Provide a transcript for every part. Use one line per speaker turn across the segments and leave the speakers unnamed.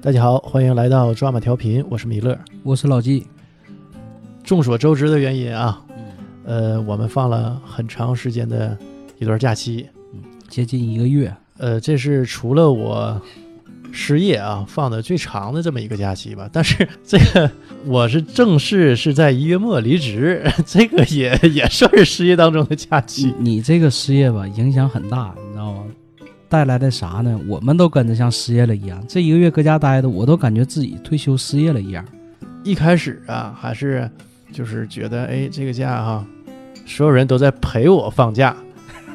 大家好，欢迎来到抓马调频，我是米勒。
我是老纪。
众所周知的原因啊，
嗯，
呃，我们放了很长时间的一段假期，
接近一个月。
呃，这是除了我失业啊放的最长的这么一个假期吧。但是这个我是正式是在一月末离职，这个也也算是失业当中的假期
你。你这个失业吧，影响很大，你知道吗？带来的啥呢？我们都跟着像失业了一样，这一个月搁家待的，我都感觉自己退休失业了一样。
一开始啊，还是就是觉得哎，这个假哈、所有人都在陪我放假，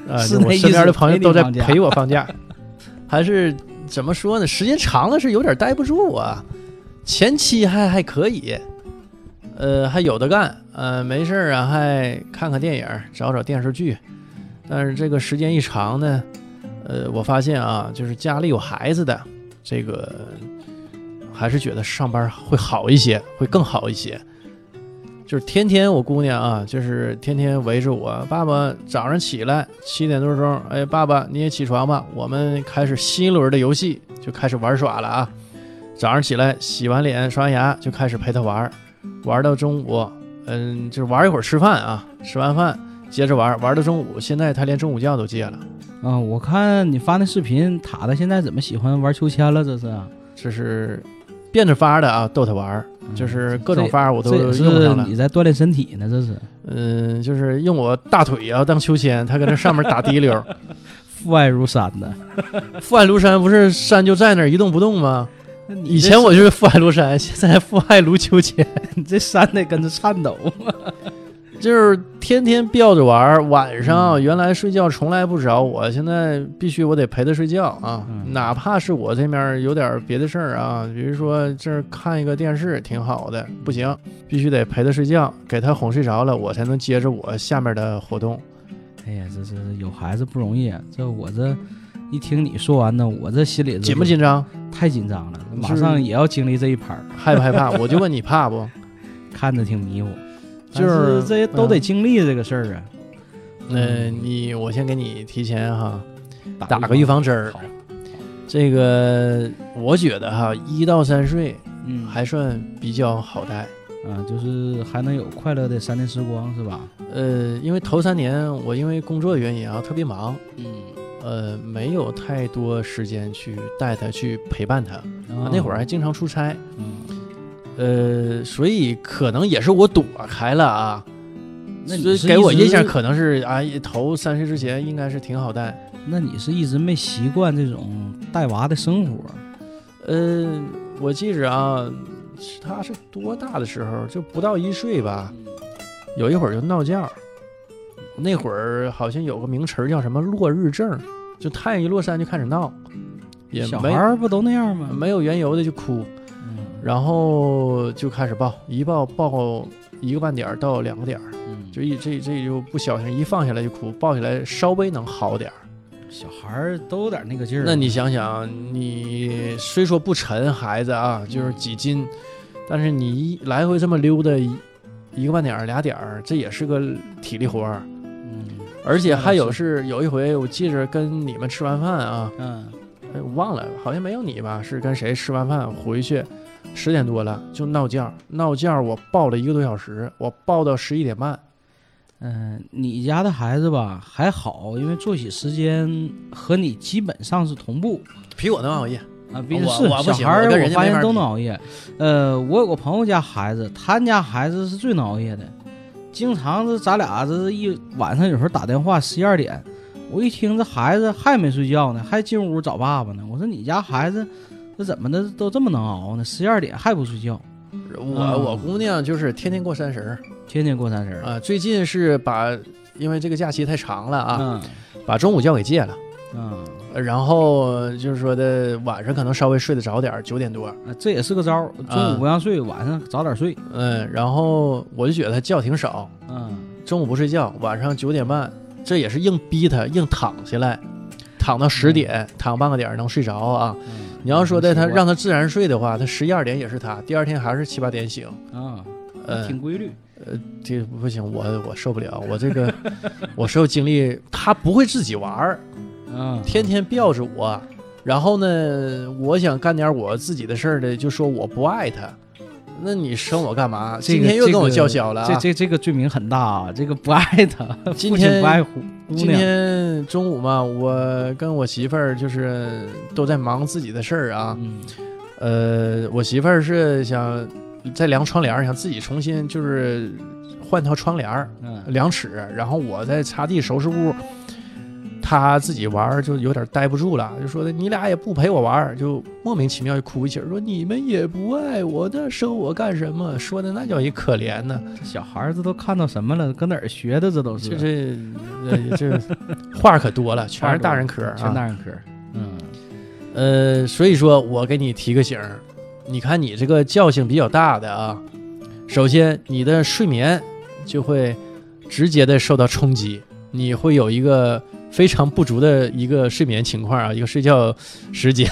呃，
是
就
那
我
意思
身边的朋友都在
陪你放假
陪我放假，还是怎么说呢？时间长了是有点待不住啊。前期还还可以，呃，还有的干，呃，没事儿啊，还看看电影儿，找找电视剧。但是这个时间一长呢，呃，我发现啊，就是家里有孩子的，这个还是觉得上班会好一些，会更好一些。就是天天我姑娘啊，就是天天围着我爸爸，早上起来七点多钟，哎，爸爸你也起床吧，我们开始新一轮的游戏，就开始玩耍了啊。早上起来洗完脸刷牙就开始陪她玩儿，玩到中午，嗯，就是玩一会儿吃饭啊，吃完饭接着玩，玩到中午，现在她连中午觉都戒了。
啊、我看你发那视频，塔塔现在怎么喜欢玩秋千了？这是啊，
这是变着法儿的啊逗她玩儿，
嗯
就是各种法儿我都
这也
用
是
上了。
你在锻炼身体呢，这是
嗯，就是用我大腿啊当秋千，她搁那上面打滴 溜儿。
父爱如山的。
父爱如山，不是山就在那儿一动不动吗？
那你这
以前我就是父爱如山，现在父爱如秋千，
你 这山得跟着颤抖。
就是天天吊着玩儿。晚上原来睡觉从来不着我，现在必须我得陪她睡觉啊，
嗯
哪怕是我这面儿有点儿别的事儿啊，比如说这儿看一个电视挺好的，不行，必须得陪她睡觉，给她哄睡着了，我才能接着我下面的活动。
哎呀，这这有孩子不容易啊，这我这一听你说完呢，我这心里这
紧不紧张？
太紧张了，
是
马上也要经历这一盘儿，
害不害怕？我就问你怕不？
看着挺迷糊。
就是
但这些都
嗯
得经历这个事儿啊，
那
嗯
你我先给你提前哈嗯打
个
个预防针儿
好。，
这个我觉得哈，一到三岁
嗯，
还算比较好带。
啊，就是还能有快乐的三年时光是吧？
呃，因为头三年我因为工作的原因啊，特别忙，
嗯，
呃，没有太多时间去带他去陪伴他。
哦
啊那会儿还经常出差，
嗯，
呃，所以可能也是我躲开了啊。
那
所
你
以
是
给我
一直
印象可能是啊，头三岁之前应该是挺好带。
那你是一直没习惯这种带娃的生活，啊
呃，我记着啊，是他是多大的时候？就不到一岁吧，有一会儿就闹觉儿。那会儿好像有个名词儿叫什么“落日症”，就太阳一落山就开始闹，也
小孩
没
儿不都那样吗？
没有缘由的就哭，
嗯，
然后就开始抱，一抱抱一个半点儿到两个点儿，
嗯，
就一这这就不小心一放下来就哭，抱起来稍微能好点儿。
小孩儿都有点那个劲儿。
那你想想，啊你虽说不沉孩子啊，就是几斤，但是你一来回这么溜达一一个半点儿俩点儿，这也是个体力活儿。
嗯，
而且还有
那
是有一回，我记着跟你们吃完饭啊，
嗯，
哎我忘了，好像没有你吧？是跟谁吃完饭回去，十点多了就闹觉儿，闹觉儿我抱了一个多小时，我抱到十一点半。
嗯，你家的孩子吧还好，因为作息时间和你基本上是同步
比我能熬夜，
啊。毕竟
我
是
我不
小
行
孩儿，
我跟人
我
家
发
没法
现都
比
能熬夜。呃，我有个朋友家孩子，他家孩子是最能熬夜的，经常是咱俩这是一晚上有时候打电话十一二点，我一听这孩子还没睡觉呢，还进屋找爸爸呢。我说你家孩子这怎么的都这么能熬呢？十一二点还不睡觉，
我
嗯
我姑娘就是天天过三十儿
天天过三十儿
啊，最近是把因为这个假期太长了啊，
嗯
把中午觉给戒了，
嗯，
呃然后就是说的晚上可能稍微睡得早点儿，九点多，
啊这也是个招儿，中
啊
午不让睡，晚上早点睡。
嗯，然后我就觉得他觉挺少，
嗯。
中午不睡觉，晚上九点半，这也是硬逼他硬躺下来，躺到十点，躺半个点儿能睡着啊。
嗯
你要说的他让他自然睡的话，他十一二点也是他，第二天还是七八点醒，
啊，
呃，
挺规律。
这不行，我我受不了，我这个 我受经历，他不会自己玩儿，
嗯，
天天吊着我，然后呢，我想干点我自己的事儿的，就说我不爱他。那你生我干嘛？
这个
今天又跟我叫嚣了、啊
这这这个罪名很大啊！这个不爱他，
今
父亲
天
不爱姑姑
今
娘，
天中午嘛，我跟我媳妇儿就是都在忙自己的事儿啊。
嗯
呃，我媳妇儿是想再量窗帘儿，想自己重新就是换套窗帘儿
嗯
量尺，然后我在擦地收拾屋。她自己玩儿就有点待不住了，就说的你俩也不陪我玩儿，就莫名其妙就哭一起儿，说你们也不爱我，那生我干什么？说的那叫一可怜呢。
这小孩儿这都看到什么了？搁哪儿学的？这都是
这这呃这话儿可多了，全是大人嗑儿
全
啊。
大人科。嗯，
呃，所以说我给你提个醒儿，你看你这个觉性比较大的啊，首先你的睡眠就会直接的受到冲击，你会有一个非常不足的一个睡眠情况啊，一个睡觉时间。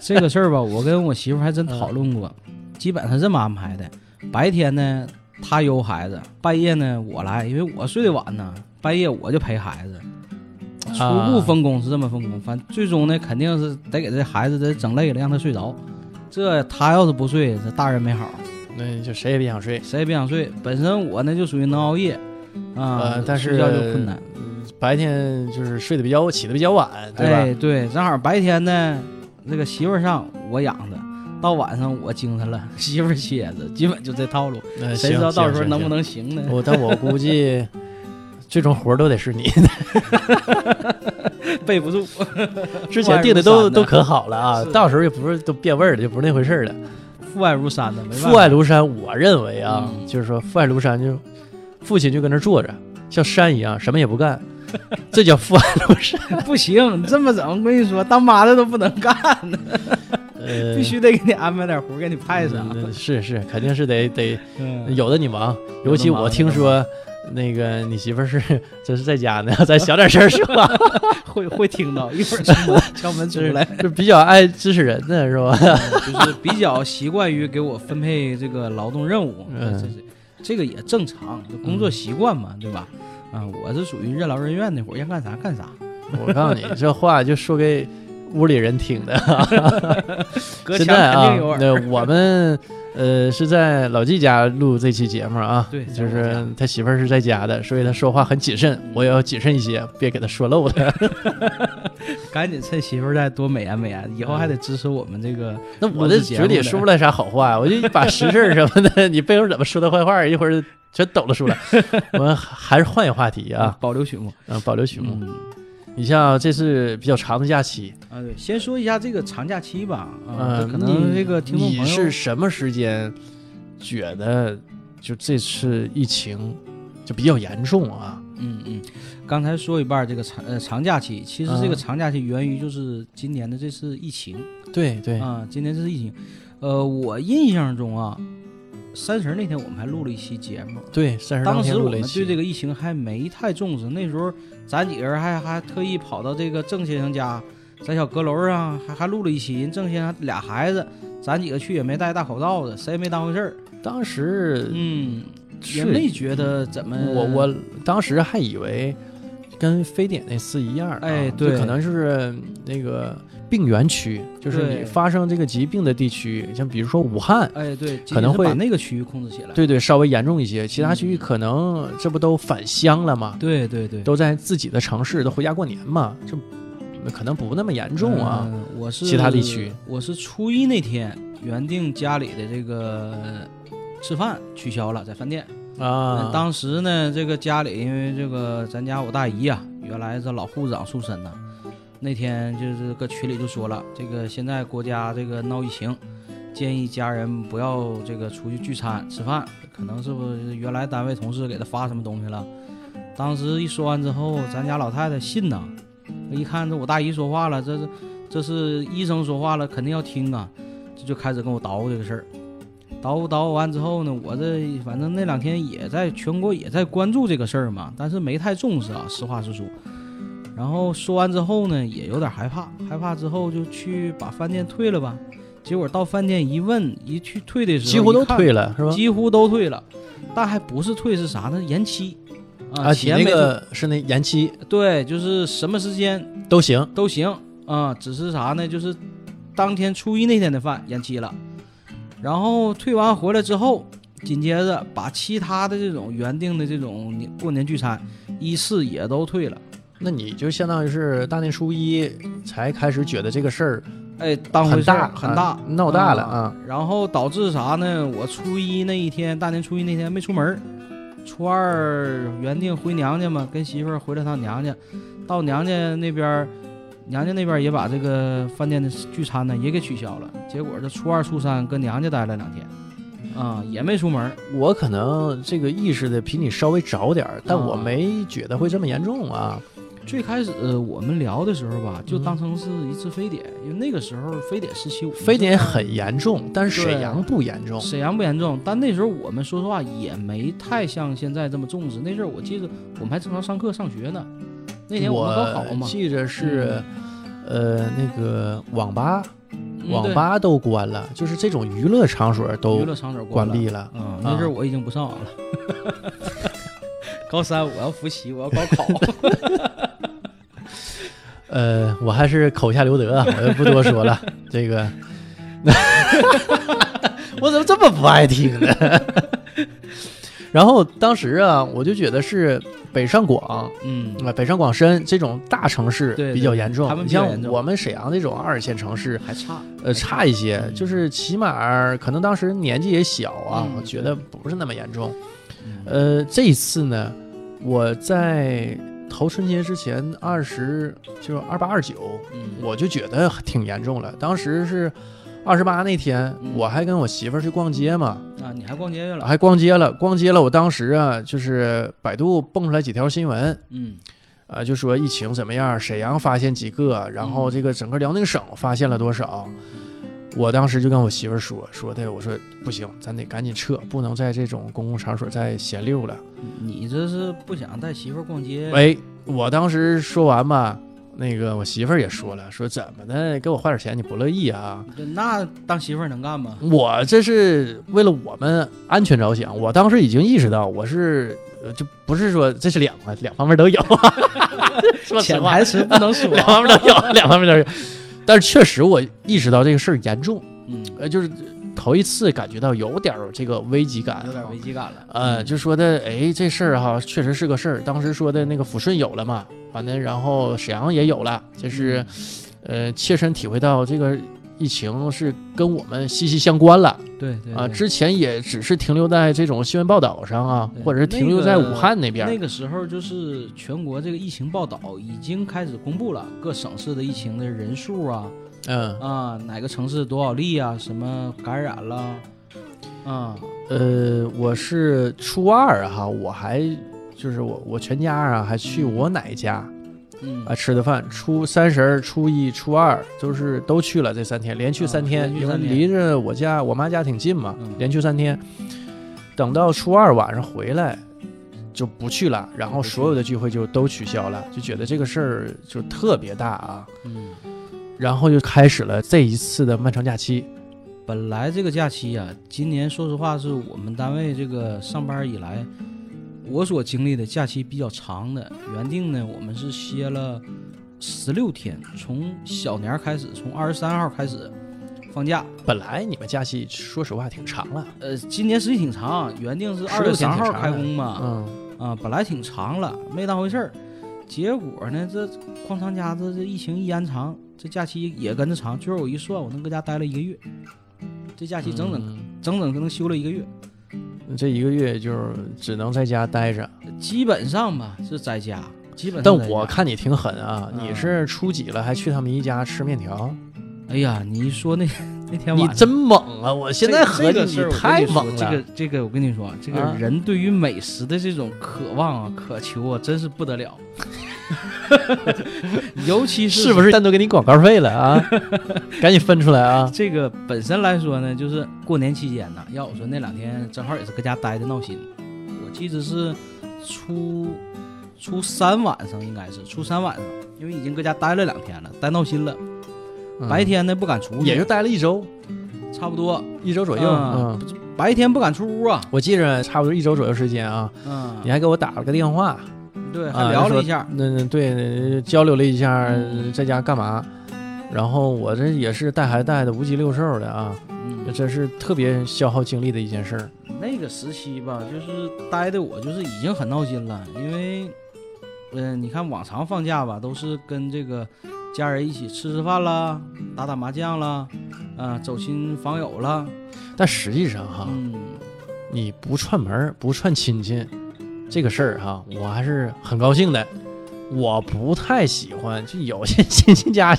这个事儿吧，我跟我媳妇儿还真讨论过，基本上是这么安排的：白天呢，她悠孩子；半夜呢，我来，因为我睡得晚呢，半夜我就陪孩子。 初
啊
步分工是这么分工，反正最终呢，肯定是得给这孩子得整累了，让他睡着。这他要是不睡，这大人没好，
那就谁也别想睡，
谁也别想睡。本身我呢就属于能熬夜，啊、
呃但是
睡觉就困难。
白天就是睡得比较起得比较晚，对吧？
哎，对，正好白天呢，这个媳妇儿上我养着，到晚上我精神了， 媳妇儿歇着，基本就这套路。
那行
谁知道到时候
行
能
行
不能行呢？
我但我估计最终活儿都得是你。
背不住。
之前定的都
父爱如山呐
都可好了啊
是，
到时候也不是都变味儿了，就不是那回事儿了。
父爱如山的，没办法。
父爱如山，我认为啊，
嗯
就是说父爱如山，就父亲就跟那儿坐着，像山一样，什么也不干， 这叫父爱如山。
不行，你这么整，我跟你说，当妈的都不能干，
呃，
必须得给你安排点活儿，给你派上。
嗯是是，肯定是得得
嗯，
有的你忙，
有的
尤其
忙
我听说。那个，你媳妇儿是 这是在家呢， 咱小点声儿说，
会会听到，一会儿敲门敲门出
就是
来，
就比较爱支持人的是吧？
就是比较习惯于给我分配这个劳动任务，呃
嗯
这这这个也正常，就工作习惯嘛，对吧？啊，我是属于任劳任怨那会儿，愿干啥干啥，
我告诉你，这话就说给屋里人听的。
隔
现
墙
在
肯
啊
定有，耳。
那我们呃是在老纪家录这期节目啊，
对
就
在我
是
家
他媳妇儿是在家的，所以他说话很谨慎，我也要谨慎一些，别给他说漏了。
赶紧趁媳妇儿在多美言美言，以后还得支持我们这个
那我这嘴里说不出来啥好话呀，我就把实事儿什么的， 你背后怎么说的坏话，一会儿全抖了出来。 我们还是换一个话题啊，
保留曲目。
嗯，保留曲目。
嗯，
你像这次比较长的假期，
啊对，先说一下这个长假期吧，啊，
嗯，
这可能
你
这个听众
你
朋
是
友
什么时间觉得就这次疫情就比较严重啊？
嗯嗯，刚才说一半儿这个长呃长假期，其实这
嗯
个长假期源于就是今年的这次疫情
对对，
啊，今年这次疫情，呃，我印象中啊，三十儿那天我们还录了一期节目，
对，三十
当
天
时
录
我
了一
们对
期。
这个疫情还没太重视，那时候咱几个人还还特意跑到这个郑先生家，在小阁楼上还还录了一期，人郑先生俩孩子，咱几个去也没戴大口罩子，谁也没当回事儿，
当时
嗯，也
是，嗯
没觉得怎么
我我当时还以为跟非典那次一样啊、
哎
就
对
可能是那个病源区，就是你
对
发生这个疾病的地区，像比如说武汉。
哎对，
可能
仅仅是把
会
那个区域控制起来，
对对，稍微严重一些，其他区域
嗯
可能这不都返乡了吗？
对对对，
都在自己的城市，都回家过年嘛，这可能不那么严重啊。
嗯我是
其他地区，
我是初一那天原定家里的这个呃吃饭取消了，在饭店。
啊，
嗯当时呢，这个家里因为这个咱家我大姨呀、原来是老护士长出身呐，那天就是搁群里就说了，这个现在国家这个闹疫情，建议家人不要这个出去聚餐吃饭，可能是不是原来单位同事给他发什么东西了。当时一说完之后，咱家老太太信呐，一看这我大姨说话了，这是这是医生说话了，肯定要听啊，这就开始跟我叨咕这个事儿。捣鼓捣鼓完之后呢，我这反正那两天也在全国也在关注这个事儿嘛，但是没太重视啊，实话实说。然后说完之后呢，也有点害怕，害怕之后就去把饭店退了吧。结果到饭店一问，一去退的时候，
几乎都
一看
退了是吧？
几乎都退了，但还不是退是啥呢？延期
啊，你
钱
那
没退
个是那延期
对，就是什么时间
都行，
都行啊、啊、只是啥呢？就是当天初一那天的饭延期了，然后退完回来之后，紧接着把其他的这种原定的这种年过年聚餐一次也都退了。
那你就相当于是大年初一才开始觉得这个事儿
哎，当回
很
事儿
大
很大
啊，闹大了
嗯
啊。
然后导致啥呢？我初一那一天，大年初一那天没出门儿，初二原定回娘家嘛，跟媳妇儿回了趟娘家，到娘家那边儿，娘家那边儿也把这个饭店的聚餐呢也给取消了。结果这初二、初三跟娘家待了两天，啊、也没出门儿。
我可能这个意识的比你稍微早点儿，但我
啊
没觉得会这么严重啊。
最开始、呃我们聊的时候吧，就
嗯
当成是一次非典，因为那个时候非典时期，我们
非典
是
很严重，但是
对
沈阳不严重。
沈阳不严重，但那时候我们说实话也没太像现在这么重视。那阵儿我记得我们还正常上课上学呢，那天我们高考嘛，
记着是，呃，那个网吧
嗯
网吧都关了，就是这种娱乐场所
对娱
都
乐场所
关
了。
闭了。啊
嗯，那阵儿我已经不上网了。 高三我要复习，我要高考。
呃，我还是口下留德 啊，我就不多说了。这个， 我怎么这么不爱听呢？ 然后当时啊，我就觉得是北上广、
嗯，
呃北上广深这种大城市
对对
比较严重，
他们
你
比较
像
严重
我们沈阳这种二线城市，
还差，
呃，差一些，
嗯
就是起码儿可能当时年纪也小啊，
嗯
我觉得不是那么严重。
嗯。
呃，这一次呢，我在头春节之前二十就是二八二九，
嗯
我就觉得挺严重了。当时是二十八那天，
嗯
我还跟我媳妇儿去逛街嘛，
啊，你还逛街去了？
还逛街了，逛街了。我当时啊，就是百度蹦出来几条新闻。
嗯
啊，就说疫情怎么样？沈阳发现几个，然后这个整个辽宁省发现了多少？我当时就跟我媳妇儿说，说的我说不行，咱得赶紧撤，不能在这种公共场所再闲溜了。
你这是不想带媳妇儿逛街？
喂，我当时说完吧，那个我媳妇儿也说了，说怎么的，给我花点钱你不乐意啊？
这那当媳妇儿能干吗？
我这是为了我们安全着想，我当时已经意识到我是。呃就不是说这是两个两方面都有， 说实
潜
话，
台词不能说。
两方面都有，两方面都有。但是确实，我意识到这个事儿严重，
嗯，
呃，就是头一次感觉到有点儿这个危机感，啊
有点危机感了。嗯
呃，就说的，哎，这事儿哈，确实是个事儿。当时说的那个抚顺有了嘛，完了，然后沈阳也有了，就是，
嗯
呃，切身体会到这个疫情是跟我们息息相关了
对对
啊。
对
之前也只是停留在这种新闻报道上啊，
对
或者是停留在武汉那边
那
儿。
个时候就是全国这个疫情报道已经开始公布了，各省市的疫情的人数啊
嗯，
啊，哪个城市多少例啊，什么感染了啊，
呃，我是初二哈、我还就是我我全家啊还去我奶家
嗯
啊，吃的饭。初三十儿、初一、初二就是都去了这三天，连去
啊
三天，
连续
因为
三天
离着我家我妈家挺近嘛，
嗯
连去三天。等到初二晚上回来就不去了，然后所有的聚会就都取消了，就觉得这个事儿就特别大啊。
嗯，
然后就开始了这一次的漫长假期。
本来这个假期啊，今年说实话是我们单位这个上班以来。我所经历的假期比较长的，原定呢我们是歇了十六天，从小年儿开始，从二十三号开始放假，
本来你们假期说实话挺长了，
呃，今年时间挺长，原定是
16
二月
天
三
挺
号
长
开
的
工嘛，
嗯。
啊，本来挺长了，没当回事儿。结果呢，这矿长家这这疫情一延长，这假期也跟着长。最后我一算，我能搁家待了一个月，这假期整整、
嗯
整整可能休了一个月，
这一个月就是只能在家待着。
基本上吧是在家，基本上
但
在
我
家
看你挺狠啊，
嗯
你是初几了还去他们一家吃面条？
哎呀，你一说那 那天
你
晚上。
真猛啊！我现
这
在合
这
计
个事儿我跟
太
你说
猛了。
这个这个，我跟你说，这个
啊
人对于美食的这种渴望啊、渴求啊，真是不 得了。尤其是
是不是单独给你广告费了 啊？赶紧分出来啊！
这个本身来说呢，就是过年期间呢，要我说那两天正好也是搁家待着闹心。我记得是初初三晚上，应该是初三晚上，因为已经搁家待了两天了，待闹心了。
嗯
白天呢不敢出去，
也就待了一周，
差不多
一周左右。
嗯
嗯，
白天不敢出屋啊。
我记着差不多一周左右时间啊，你
嗯，
还给我打了个电话，
对，
啊
还聊了一下。
那那对交流了一下
嗯
在家干嘛。然后我这也是带孩子带的五脊六兽的啊，
嗯
这真是特别消耗精力的一件事儿。
那个时期吧，就是待的我就是已经很闹心了，因为，嗯、你看往常放假吧，都是跟这个家人一起吃吃饭啦，打打麻将啦，啊、走亲访友啦，
但实际上哈，
嗯，
你不串门儿不串亲戚，这个事儿哈，我还是很高兴的。我不太喜欢，就有些亲戚家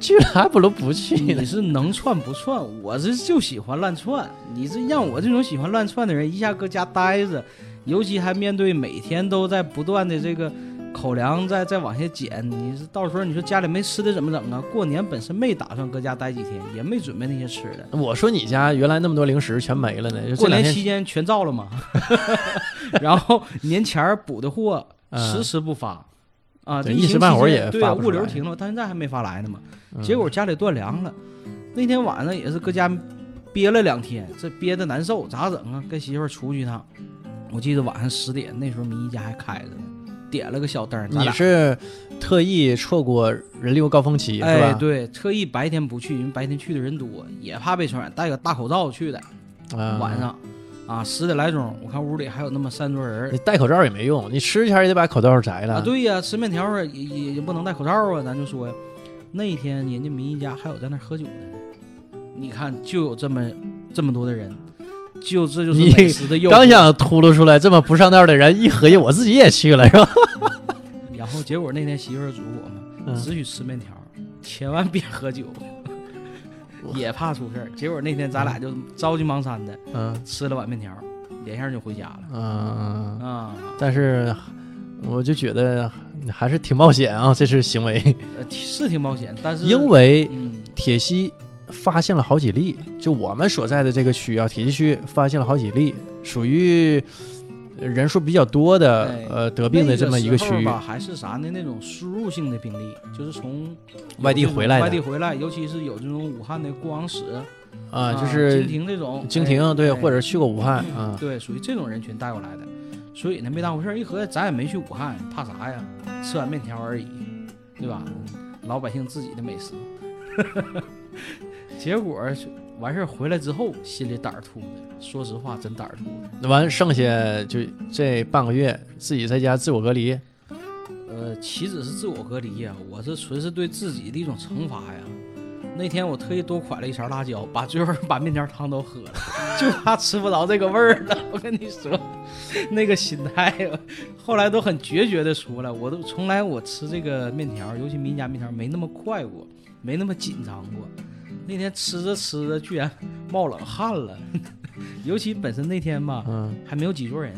去了还不如不去呢
你。是能串不串？我这就喜欢乱串。你这让我这种喜欢乱串的人一下搁家待着，尤其还面对每天都在不断的这个口粮在在往下减，你是到时候你说家里没吃的怎么整啊？过年本身没打算搁家待几天，也没准备那些吃的。
我说你家原来那么多零食全没了呢，就这
嗯过
两
年
天
期间全造 了嘛，然后年前儿补的货
嗯
迟迟不发，啊，这
对
疫
一时
情
半
期
会儿
间
也
对
发
啊
不
物
出
流
来嗯
停了，到现在还没发来呢嘛。结果家里断粮了，那天晚上也是搁家憋了两天，这憋得难受，咋整啊？跟媳妇儿出去一趟，我记得晚上十点，那时候迷一家还开着呢，点了个小灯儿，咱
你
俩
是特意错过人流高峰期是
哎
吧？
对，特意白天不去，因为白天去的人多，也怕被传染，戴个大口罩去的。
啊
晚上啊十点来钟，我看屋里还有那么三桌人
你戴口罩也没用，你吃前也得把口罩摘了。
啊，对呀、吃面条啊也也也不能戴口罩啊，咱就说呀，那一天人家民一家还有在那儿喝酒的呢，你看就有这么这么多的人，就这就是
你
美食的诱惑
刚，想秃噜出来这么不上道的人，一合计我自己也去了是吧？
然后结果那天媳妇儿嘱咐我
嗯
们，只许吃面条，千万别喝酒。 也怕出事儿，结果那天咱俩就着急忙三的
嗯
吃了碗面条，连线就回家了
嗯，
啊、
但是我就觉得还是挺冒险啊，这是行 为，
呃是挺冒险，但是
因为
嗯，
铁西发现了好几例，就我们所在的这个区啊，铁西区发现了好几例，属于人数比较多的
哎
呃得病的这么一
那
区
时候
域。
吧，还是啥呢？那种输入性的病例，就是从
外地回来的
外地回来，尤其是有这种武汉的孤往史
啊，就
京
是
亭这种
京亭对，
哎
或者去过武汉啊，
对，属于这种人群带过来的，所以呢没当回事儿。一合计咱也没去武汉，怕啥呀？吃碗面条而已，对吧？老百姓自己的美食。 结果完事儿回来之后，心里胆儿突的，说实话，真胆儿突的。
完剩下就这半个月自己在家自我隔离，
呃，岂止是自我隔离呀、我这纯是对自己的一种惩罚呀。那天我特意多蒯了一勺辣椒，把最后把面条汤都喝了， 就怕吃不着这个味儿了。我跟你说，那个心态，后来都很决绝的说了，我都从来我吃这个面条，尤其民家面条，没那么快过，没那么紧张过。那天吃着吃着，居然冒冷汗了。 尤其本身那天吧，
嗯，
还没有几桌人，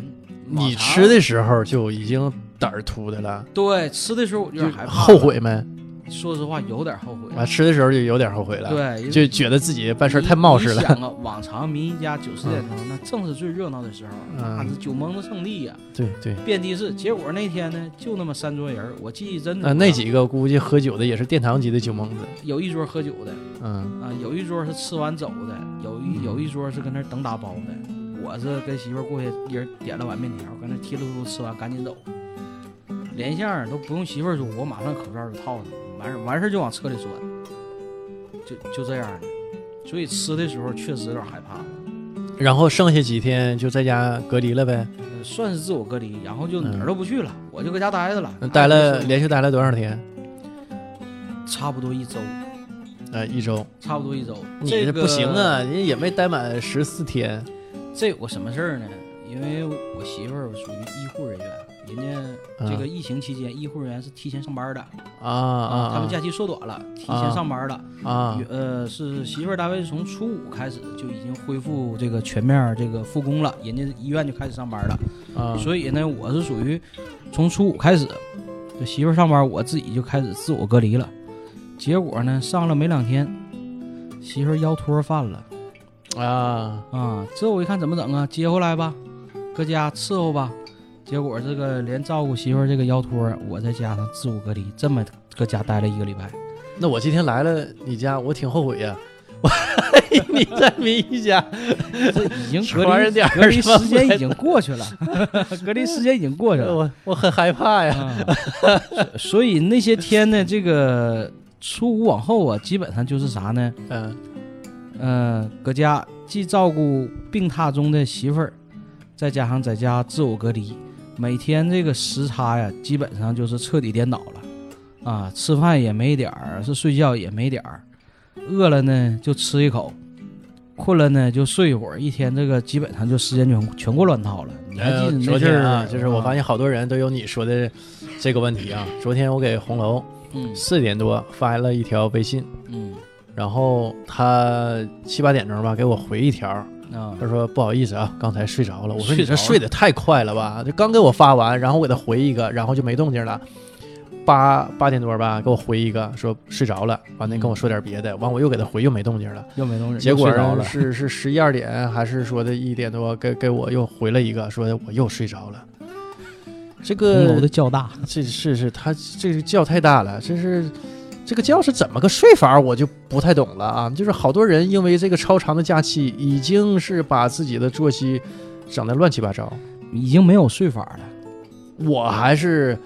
往
你
常
吃的时候就已经胆儿突的了，
对吃的时候我有
就
点害怕，
后悔没？
说实话，有点后悔。
啊，吃的时候就有点后悔了，，
对，
就觉得自己办事儿太冒失
你
了。
想啊，往常民一家九十点钟，那正是最热闹的时候，啊那
嗯
是酒蒙子圣地呀，
对对，
遍地是。结果那天呢，就那么三桌人儿，我记忆真的
啊
啊
那那几个估计喝酒的也是殿堂级的酒蒙子，
有一桌喝酒的
嗯，
啊，有一桌是吃完走的，有一有一桌是跟那儿等打包的。我是跟媳妇儿过去，一人点了碗面条，跟那提溜溜吃完赶紧走，连线儿都不用媳妇儿说，我马上口罩就套上，完事儿完事儿就往车里钻，就就这样的。所以吃的时候确实有点害怕了。
然后剩下几天就在家隔离了呗，
呃算是自我隔离，然后就哪
嗯
儿都不去了，我就搁家待着了
那，待了
啊就是
连续待了多少天？
差不多一周，
呃，一周。
差不多一周。
你
这
这
个
不行！啊，你也没待满十四天，
这有个什么事儿呢？因为我媳妇儿属于医护人员，人家这个疫情期间，医护人员是提前上班的
嗯啊啊！
他们假期缩短了，提前上班了。
啊
呃，是媳妇儿单位从初五开始就已经恢复这个全面儿这个复工了，人家医院就开始上班了。
啊，
所以呢，我是属于从初五开始，这媳妇儿上班，我自己就开始自我隔离了。结果呢，上了没两天，媳妇儿腰托犯了
啊，
啊！这我一看怎么整啊？接回来吧，搁家伺候吧。结果这个连照顾媳妇儿这个腰托，我再加上自我隔离，这么搁家待了一个礼拜。
那我今天来了你家，我挺后悔呀、我你在民一家，
这已经隔
传染
离
点儿
隔离
是吧
时间已经过去了， 隔离时间已 经过去了。
我我很害怕呀。
啊，所所以那些天呢，这个初五往后啊，基本上就是啥呢？
嗯
嗯，搁家既照顾病榻中的媳妇儿，再加上在家自我隔离，每天这个时差呀，基本上就是彻底颠倒了，啊，吃饭也没点儿，是睡觉也没点儿，饿了呢就吃一口，困了呢就睡一会儿，一天这个基本上就时间全全过乱套了。你还
呃
记得
昨
那阵
天
儿
啊，就是我发
现，
现好多人都有你说的这个问题啊。昨天我给红楼
嗯
四点多发了一条微信，
嗯
然后他七八点钟吧给我回一条，
啊
他说不好意思啊，刚才睡着了。我说
睡着了
你这睡得太快了吧？就刚给我发完，然后我给他回一个，然后就没动静了。八八点多吧，给我回一个说睡着了，完了跟我说点别的，完我又给他回又没动静了。
又没动静，
结
嗯又
果
睡着了。
是是十一二点，还是说的一点多给给我又回了一个，说我又睡着了。这
红楼
个
的较大，
这是是他这个觉太大了，这是这个觉是怎么个睡法，我就不太懂了啊。就是好多人因为这个超长的假期，已经是把自己的作息整得乱七八糟。
已经没有睡法了。
我还是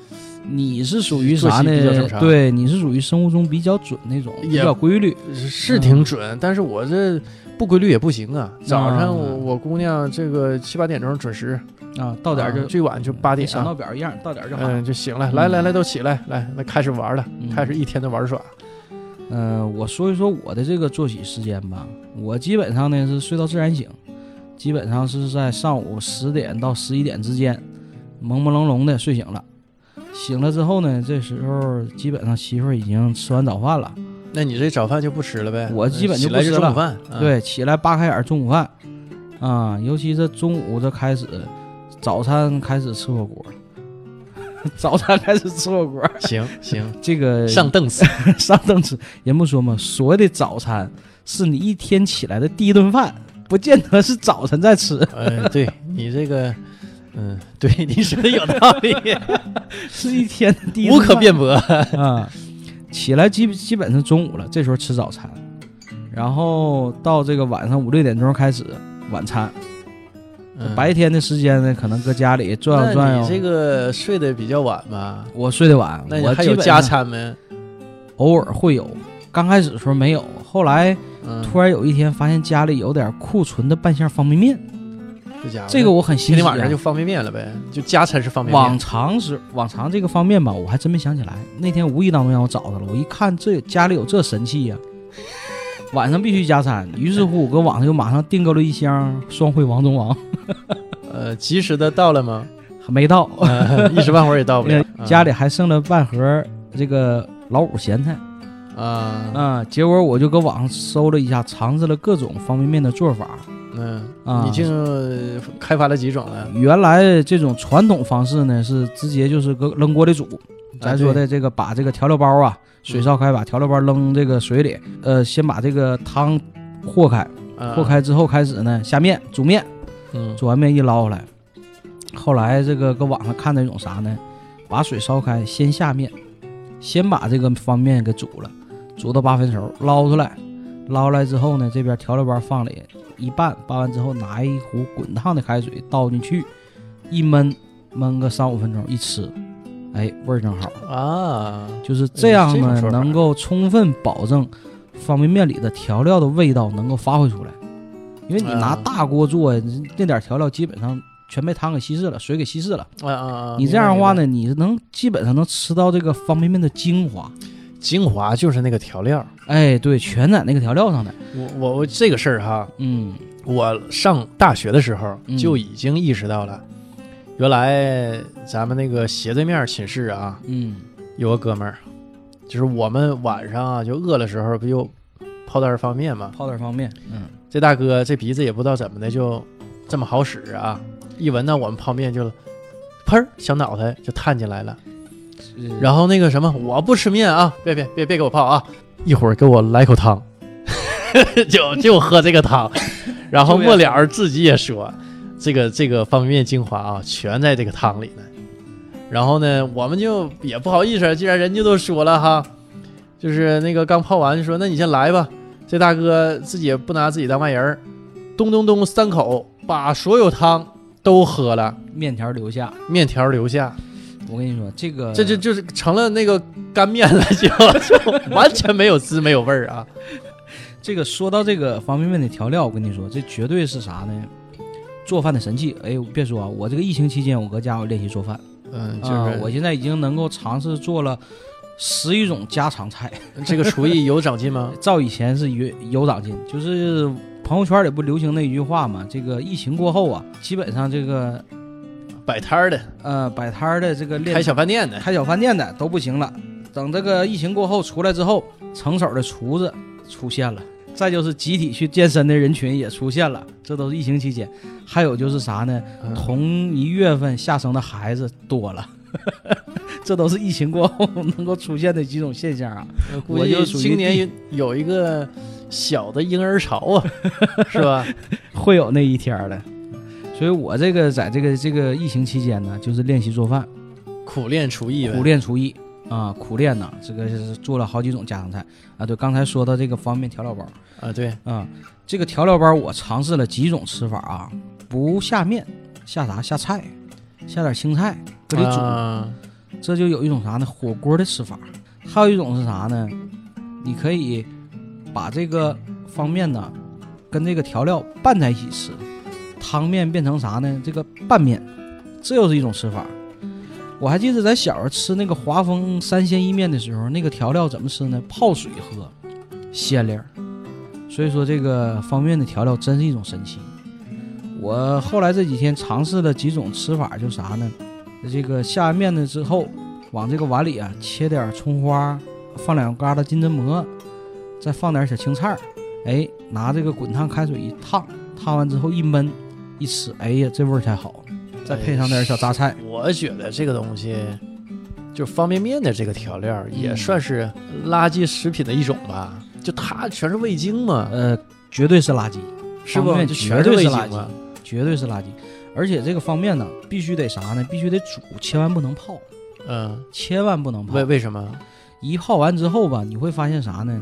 你是属于
作
啥
息比较正
呢？
常
对，你是属于生物钟比较准那种，比
也
较规律。
是
嗯
挺准，但是我这不规律也不行啊。早上我
嗯
我姑娘这个七八点钟准时，
啊，到点儿
啊
就
最晚就八点
小
啊
闹表一样，到点儿就好。
嗯，就行了。来来来，都起来，来来开始玩了，
嗯
开始一天的玩耍。
嗯、我说一说我的这个作息时间吧。我基本上呢是睡到自然醒，基本上是在上午十点到十一点之间，朦朦胧胧的睡醒了。醒了之后呢，这时候基本上媳妇儿已经吃完早饭了，
那你这早饭就不吃了呗？
我基本
嗯
就
起
不
来
吃
就
了
中午饭。啊，
对，起来扒开眼儿中午饭，啊，尤其是中午这开始，早餐开始吃火锅， 早餐开始吃火锅，
行行，
这 个
上凳子。
上凳吃。人不说嘛，所谓的早餐是你一天起来的第一顿饭，不见得是早晨在吃，
嗯，对你这个，嗯，对你说的有道 理，
是一天的第一
无
顿
可
饭
辩驳。
啊，起来基基本是中午了，这时候吃早餐，然后到这个晚上五六点钟开始晚餐，
嗯
白天的时间呢，可能搁家里转悠转
那
悠。
你这个睡得比较晚吧？
我睡得晚，
那你
我
还
基
有
本
加
上
餐没？
偶尔会有。刚开始的时候没有，后来
嗯，
突然有一天发现家里有点库存的半箱方便面，
这家伙，
这个我很
今
欣喜
嗯天
啊。
晚上就方便面了呗，就加餐是方便
往
面。
常是往常这个方便吧，我还真没想起来。那天无意当中让我找到了，我一看这家里有这神器呀、 晚上必须加餐。于是乎，我搁网上又马上订购了一箱双汇王中王，
呃，及时的到了吗？
还没到，。
呃一时半会儿也到不了 嗯
家里还剩了半盒这个老五咸菜。
嗯啊，
啊、结果我就搁网上搜了一下，尝试了各种方便面的做法。
嗯，
啊
已经呃开发了几种了？
原来这种传统方式呢，是直接就是搁扔锅里煮。咱说
对
的这个，把这个调料包啊，水烧开，把调料包扔这个水里，呃，先把这个汤和开，
啊
和开之后开始呢下面煮面，
嗯
煮完面一捞回来。后来这个搁网上看那种啥呢，把水烧开，先下面，先把这个方便面给煮了，煮到八分熟，捞出来，捞出来之后呢，这边调料包放里一拌，拌完之后拿一壶滚烫的开水倒进去，一焖，焖个三五分钟，一吃，哎，味儿正好。
啊，
就是这样
嗯这种
呢
说，法
能够充分保证方便面里的调料的味道能够发挥出来。因为你拿
嗯
大锅做，那点调料基本上全被汤给稀释了，水给稀释了。
啊啊啊！
你这样的话呢，你能基本上能吃到这个方便面的精华。
明白，明白精华就是那个调料。
哎，对，全在那个调料上的。
我我我这个事儿哈，
嗯
我上大学的时候
嗯
就已经意识到了，原来咱们那个斜对面寝室啊，
嗯
有个哥们儿，就是我们晚上啊就饿的时候，不就泡袋儿方便面吗？
泡点方便。嗯
这大哥这鼻子也不知道怎么的就这么好使啊，一闻到我们泡面就喷儿小脑袋就探进来了。然后那个什么，我不吃面啊，别别别别给我泡啊，一会儿给我来口汤， 就就喝这个 汤。然后末了自己也说，这个这个方便面精华啊，全在这个汤里呢。然后呢，我们就也不好意思，既然人家都说了哈，就是那个刚泡完就说，那你先来吧。这大哥自己也不拿自己当外人儿，咚咚咚三口把所有汤都喝了，
面条留下，
面条留下。
我跟你说，这个
这就就是成了那个干面了，就就完全没有滋没有味儿啊！
这个说到这个方便面的调料，我跟你说，这绝对是啥呢？做饭的神器。哎，我别说啊，我这个疫情期间，我搁家我练习做饭
嗯，就
啊、
是
我现在已经能够尝试做了十一种家常菜。
这个厨艺有长进吗？
照以前是有有长进，就是朋友圈里不流行那一句话嘛，这个疫情过后啊，基本上这个
摆摊儿的、
呃摆摊儿的这个练
开小饭店的，
开小饭店的都不行了。等这个疫情过后出来之后，成手的厨子出现了，再就是集体去健身的人群也出现了，这都是疫情期间。还有就是啥呢？
嗯
同一月份下生的孩子多了。 这都是疫情过后 能够出现的几种现象啊！
我呃估
我就
计
属于
今年有一个小的婴儿潮 啊，是吧？
会有那一天儿的。所以我这个在这个这个疫情期间呢，就是练习做饭，
苦练厨艺呗，
苦练厨艺啊，苦练呐，这个是做了好几种家常菜啊。对，刚才说到这个方便面调料包
啊，对，
啊，这个调料包我尝试了几种吃法啊，不下面，下啥下菜，下点青菜搁里煮，
啊
这就有一种啥呢？火锅的吃法。还有一种是啥呢？你可以把这个方便呢跟这个调料拌在一起吃，汤面变成啥呢？这个拌面，这又是一种吃法。我还记得咱小时候吃那个华丰三鲜意面的时候，那个调料怎么吃呢？泡水喝，鲜粒儿。所以说这个方便面的调料真是一种神器。我后来这几天尝试了几种吃法，就啥呢？这个下完面呢之后，往这个碗里啊切点葱花，放两疙瘩金针蘑，再放点小青菜儿，哎，拿这个滚烫开水一烫，烫完之后一焖，一吃，哎呀，这味儿才好。再配上点小榨菜，
我觉得这个东西，就方便面的这个调料儿，也
嗯
算是垃圾食品的一种吧。就它全是味精嘛，
呃，绝对是垃圾，
是
方
不？
便
就
绝
全是
对
味
是
精
垃圾
嘛。
绝对是垃圾。而且这个方面呢，必须得啥呢？必须得煮，千万不能泡，
嗯，
千万不能泡
为。为什么？
一泡完之后吧，你会发现啥呢？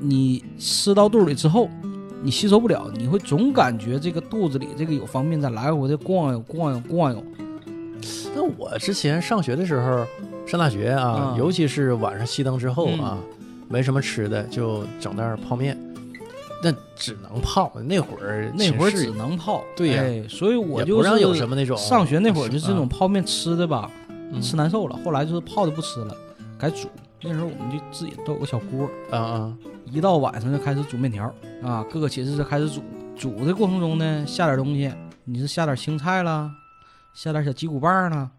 你吃到肚里之后，你吸收不了，你会总感觉这个肚子里这个有方便在来回的逛悠逛悠逛悠。
那我之前上学的时候，上大学啊，
嗯
尤其是晚上熄灯之后啊，没什么吃的，就整袋儿泡面，那只能泡。那会儿
那会
寝
儿
室
只能泡，
对呀
哎所以我
也
就
不让
是
有什么那种
上学那会儿就这种
啊
泡面吃的吧，
嗯
吃难受了，后来就是泡的不吃了，改煮。那时候我们就自己都有个小锅，
啊啊，
一到晚上就开始煮面条啊，各个寝室就开始煮。煮的过程中呢，下点东西，你是下点青菜啦，下点小鸡骨棒啦，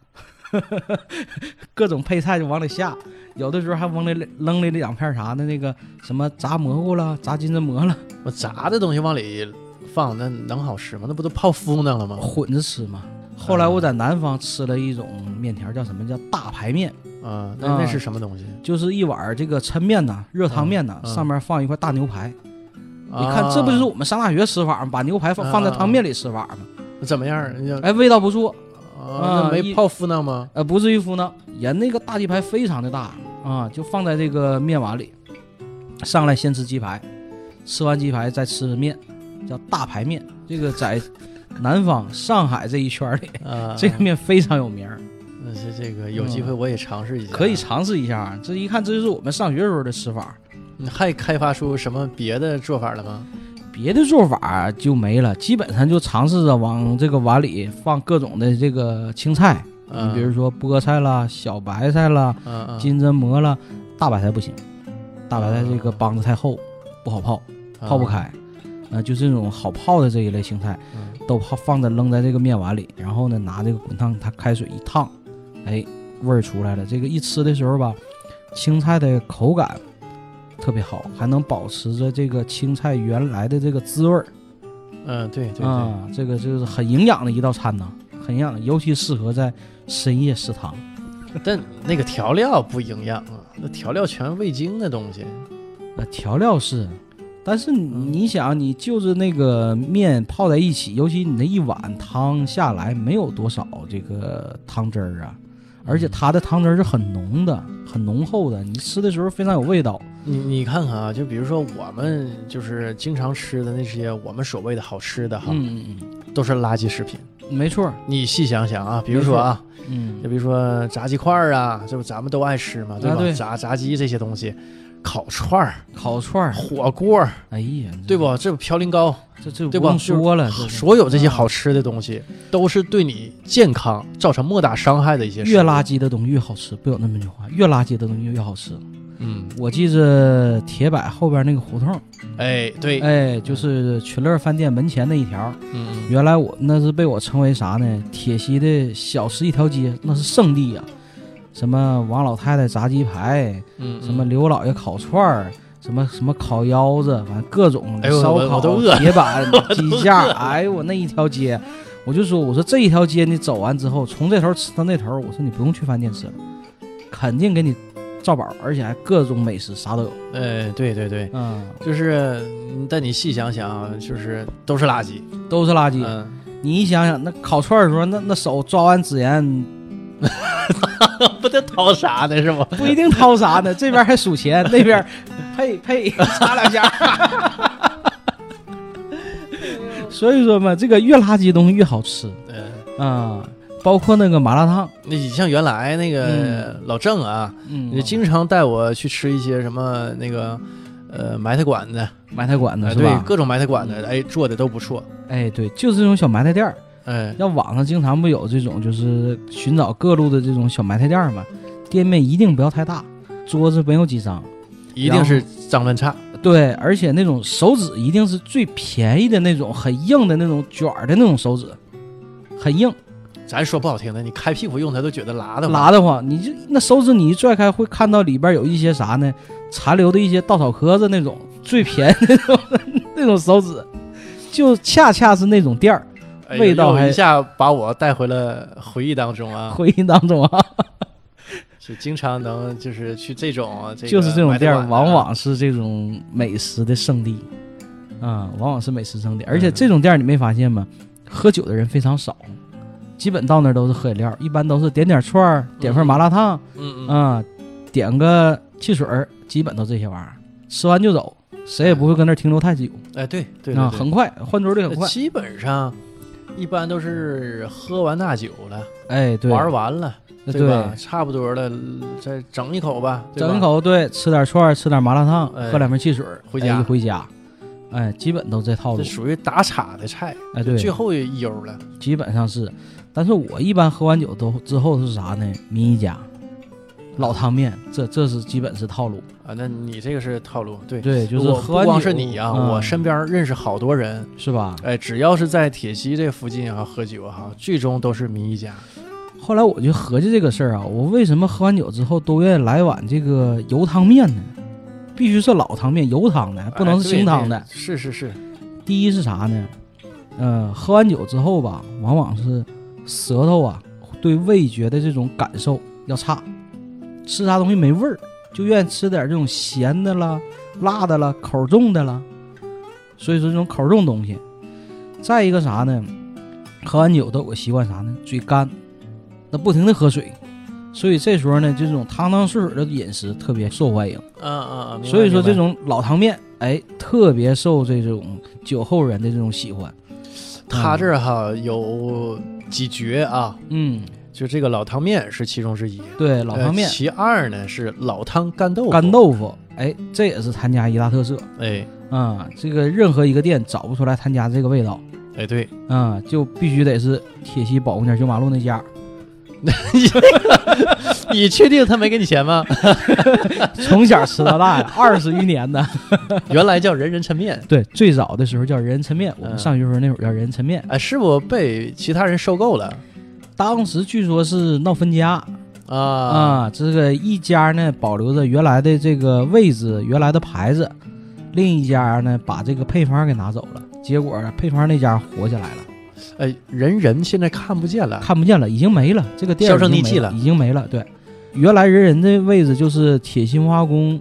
各种配菜就往里下。有的时候还往里扔里两片啥的，那个什么炸蘑菇啦，炸金针蘑啦，
我炸的东西往里放，那能好吃吗？那不都泡敷弄了吗？
混着吃嘛。后来我在南方吃了一种面条，叫什么叫大排面，
啊，那
啊
那是什么东西？
就是一碗儿这个抻面呐，热汤面呐，
嗯嗯啊
上面放一块大牛排。
你
你看，这不就是我们上大学吃法吗？把牛排放放在
啊啊
汤面里吃法吗？
怎么样？ 你
哎，味道不错，
啊，那
啊
没
一
泡芙呢吗？
呃，不至于敷呢。人那个大鸡排非常的大啊，就放在这个面碗里，上来先吃鸡排，吃完鸡排再吃面，叫大排面。这个在南方、上海这一圈儿里，
啊，
嗯这个面非常有名儿，
那这这个有机会我也尝试一下，
可以尝试一下啊。这一看，这就是我们上学时候的吃法，
你还开发出什么别的做法了吗？
别的做法就没了，基本上就尝试着往这个碗里放各种的这个青菜，你
嗯，
比如说菠菜啦、小白菜啦。
嗯嗯，
金针蘑了，大白菜不行，大白菜这
啊
个帮子太厚，不好泡，
嗯
泡不开。啊，就是这种好泡的这一类青菜，
嗯
都泡放在扔在这个面碗里，然后呢拿这个滚烫它开水一烫，哎，味儿出来了。这个一吃的时候吧，青菜的口感特别好，还能保持着这个青菜原来的这个滋味儿
嗯，对对对，
啊。这个就是很营养的一道餐呐，很营养的，尤其适合在深夜食堂。
但那个调料不营养啊，那调料全是味精的东西，
呃，调料是，但是
嗯
你想，你就是那个面泡在一起，尤其你那一碗汤下来，没有多少这个汤汁儿啊，而且它的汤汁儿是很浓的、很浓厚的，你吃的时候非常有味道。
你你看看啊，就比如说我们就是经常吃的那些我们所谓的好吃的哈，
嗯嗯
都是垃圾食品，
嗯没错儿，
你细想想啊，比如说啊，
嗯
就，比如说炸鸡块儿啊，这不咱们都爱吃嘛，对吧？
啊对
炸炸鸡这些东西，烤串儿、
烤串儿，
火锅儿，
哎呀，
对不？这不嘌呤高，
这这
对
不
吧？
用说了，
就是
这是
所有这些好吃的东西，都是对你健康造成莫大伤害的一些事。
越垃，圾的东西越好吃，不有那么句话，越垃圾的东西越好吃。
嗯，
我记着铁柏后边那个胡同，
哎，对，
嗯哎，就是群乐饭店门前那一条，
嗯，
原来我那是被我称为啥呢？铁西的小吃一条街，那是圣地呀、什么王老太太炸鸡排，
嗯，
什么刘老爷烤串儿，什么什么烤腰子，反正各种
哎呦
烧
我我
烤、
都饿
铁板、鸡架，哎呦我那一条街，我就说我说这一条街你走完之后，从这头吃到那头，我说你不用去饭店吃了，肯定给你造饱，而且还各种美食啥都有。
哎，对对对，
嗯，
就是，嗯但你细想想啊，就是都是垃圾，
都是垃圾。
嗯，
你一想想，那烤串儿的时候，那那手抓完孜然，
不得掏啥呢是吗？
不一定掏啥呢，这边还数钱，那边呸呸 擦 两下。所以说嘛，这个越垃圾的东西越好吃
嗯，
啊、包括那个麻辣烫，
那你像原来那个
嗯
老郑啊，
嗯
你经常带我去吃一些什么那个。呃，埋汰馆子，
埋汰馆子
哎
是
对，
吧？嗯
各种埋汰馆子，哎，做的都不错，
哎，对，就是这种小埋汰店儿。
哎，
像网上经常不有这种，就是寻找各路的这种小埋汰店儿嘛，店面一定不要太大，桌子没有几张。
一定是脏乱差，
对，而且那种手指一定是最便宜的那种，很硬的那种卷儿的那种手指，很硬。
咱说不好听的，你开屁股用它都觉得辣的慌
拉得慌，你就那手指你一拽开，会看到里边有一些啥呢？残留的一些稻草壳子那种最便宜的那种 那种手指，就恰恰是那种店儿。
哎
味道
又
还
一下把我带回了回忆当中啊，
回忆当中 啊，
就经常能就是去这种，这个
就是这种店儿，
买的啊
往往是这种美食的圣地啊、往往是美食圣地。而且
嗯
这种店儿你没发现吗？喝酒的人非常少，基本到那儿都是喝饮料，一般都是点点串儿，点份麻辣烫啊、
嗯嗯，
点个汽水儿，基本都这些玩意儿，吃完就走。谁也不会跟那儿停留太久，
哎，对对对
啊，
对
很快换桌率很
呃
快。
基本上一般都是喝完大酒了，
哎，对，
呃
呃
玩完了，
对
吧？差不多了，再整一口吧，对吧
整一，口，对，吃点串儿，吃点麻辣烫，
哎
喝两瓶汽水，
回家
哎一回家，哎，基本都这套路
这。属于打岔的菜，
哎，对，
最后一悠了，
基本上是。但是我一般喝完酒都之后是啥呢？民一家，老汤面，这这是基本是套路。
啊，那你这个是套路，对。
对，就是
我
喝
不
完酒
光是你啊，
嗯
我身边认识好多人，
是吧？
哎，只要是在铁西这附近啊喝酒哈、最终都是名一家。
后来我就合计这个事儿啊，我为什么喝完酒之后都愿意来碗这个油汤面呢？必须是老汤面，油汤的，不能是
哎对
清汤
对
的。
是是是，嗯
第一是啥呢？呃，喝完酒之后吧，往往是舌头啊对味觉的这种感受要差，吃啥东西没味儿，就愿意吃点这种咸的啦、辣的啦、口重的啦。所以说这种口重东西。再一个啥呢？喝完酒都有个习惯啥呢？嘴干，那不停的喝水，所以这时候呢，这种汤汤水水的饮食特别受欢迎。
嗯嗯嗯。
所以说这
种
种老汤面，哎，特别受这种酒后人的这种喜欢。
他这儿哈有几绝啊，
嗯，
就这个老汤面是其中之一。
对，老汤面
呃、、其二呢是老汤干豆腐。
干，豆腐，哎，这也是他家一大特色
哎
啊、这个任何一个店找不出来他家这个味道
哎对，
啊、就必须得是铁西保公街九马路那 家，
你确定他没给你钱 吗？
从小吃到大呀，二十余年的。
原来叫人人抻面，
对，最早的时候叫人人抻面，我
嗯
们上学时候那会儿叫人人抻面，
哎，是不被其他人收购了
当时据说是闹分家，
啊？
啊、这个一家呢保留着原来的这个位置、原来的牌子，另一家呢把这个配方给拿走了，结果呢配方那家活下来了，
哎，人人现在看不见了。
看不见了，已经没了，这个店
啊销
已
声
经
匿迹
没
了
已经没了。对，原来人人的位置就是铁心文化宫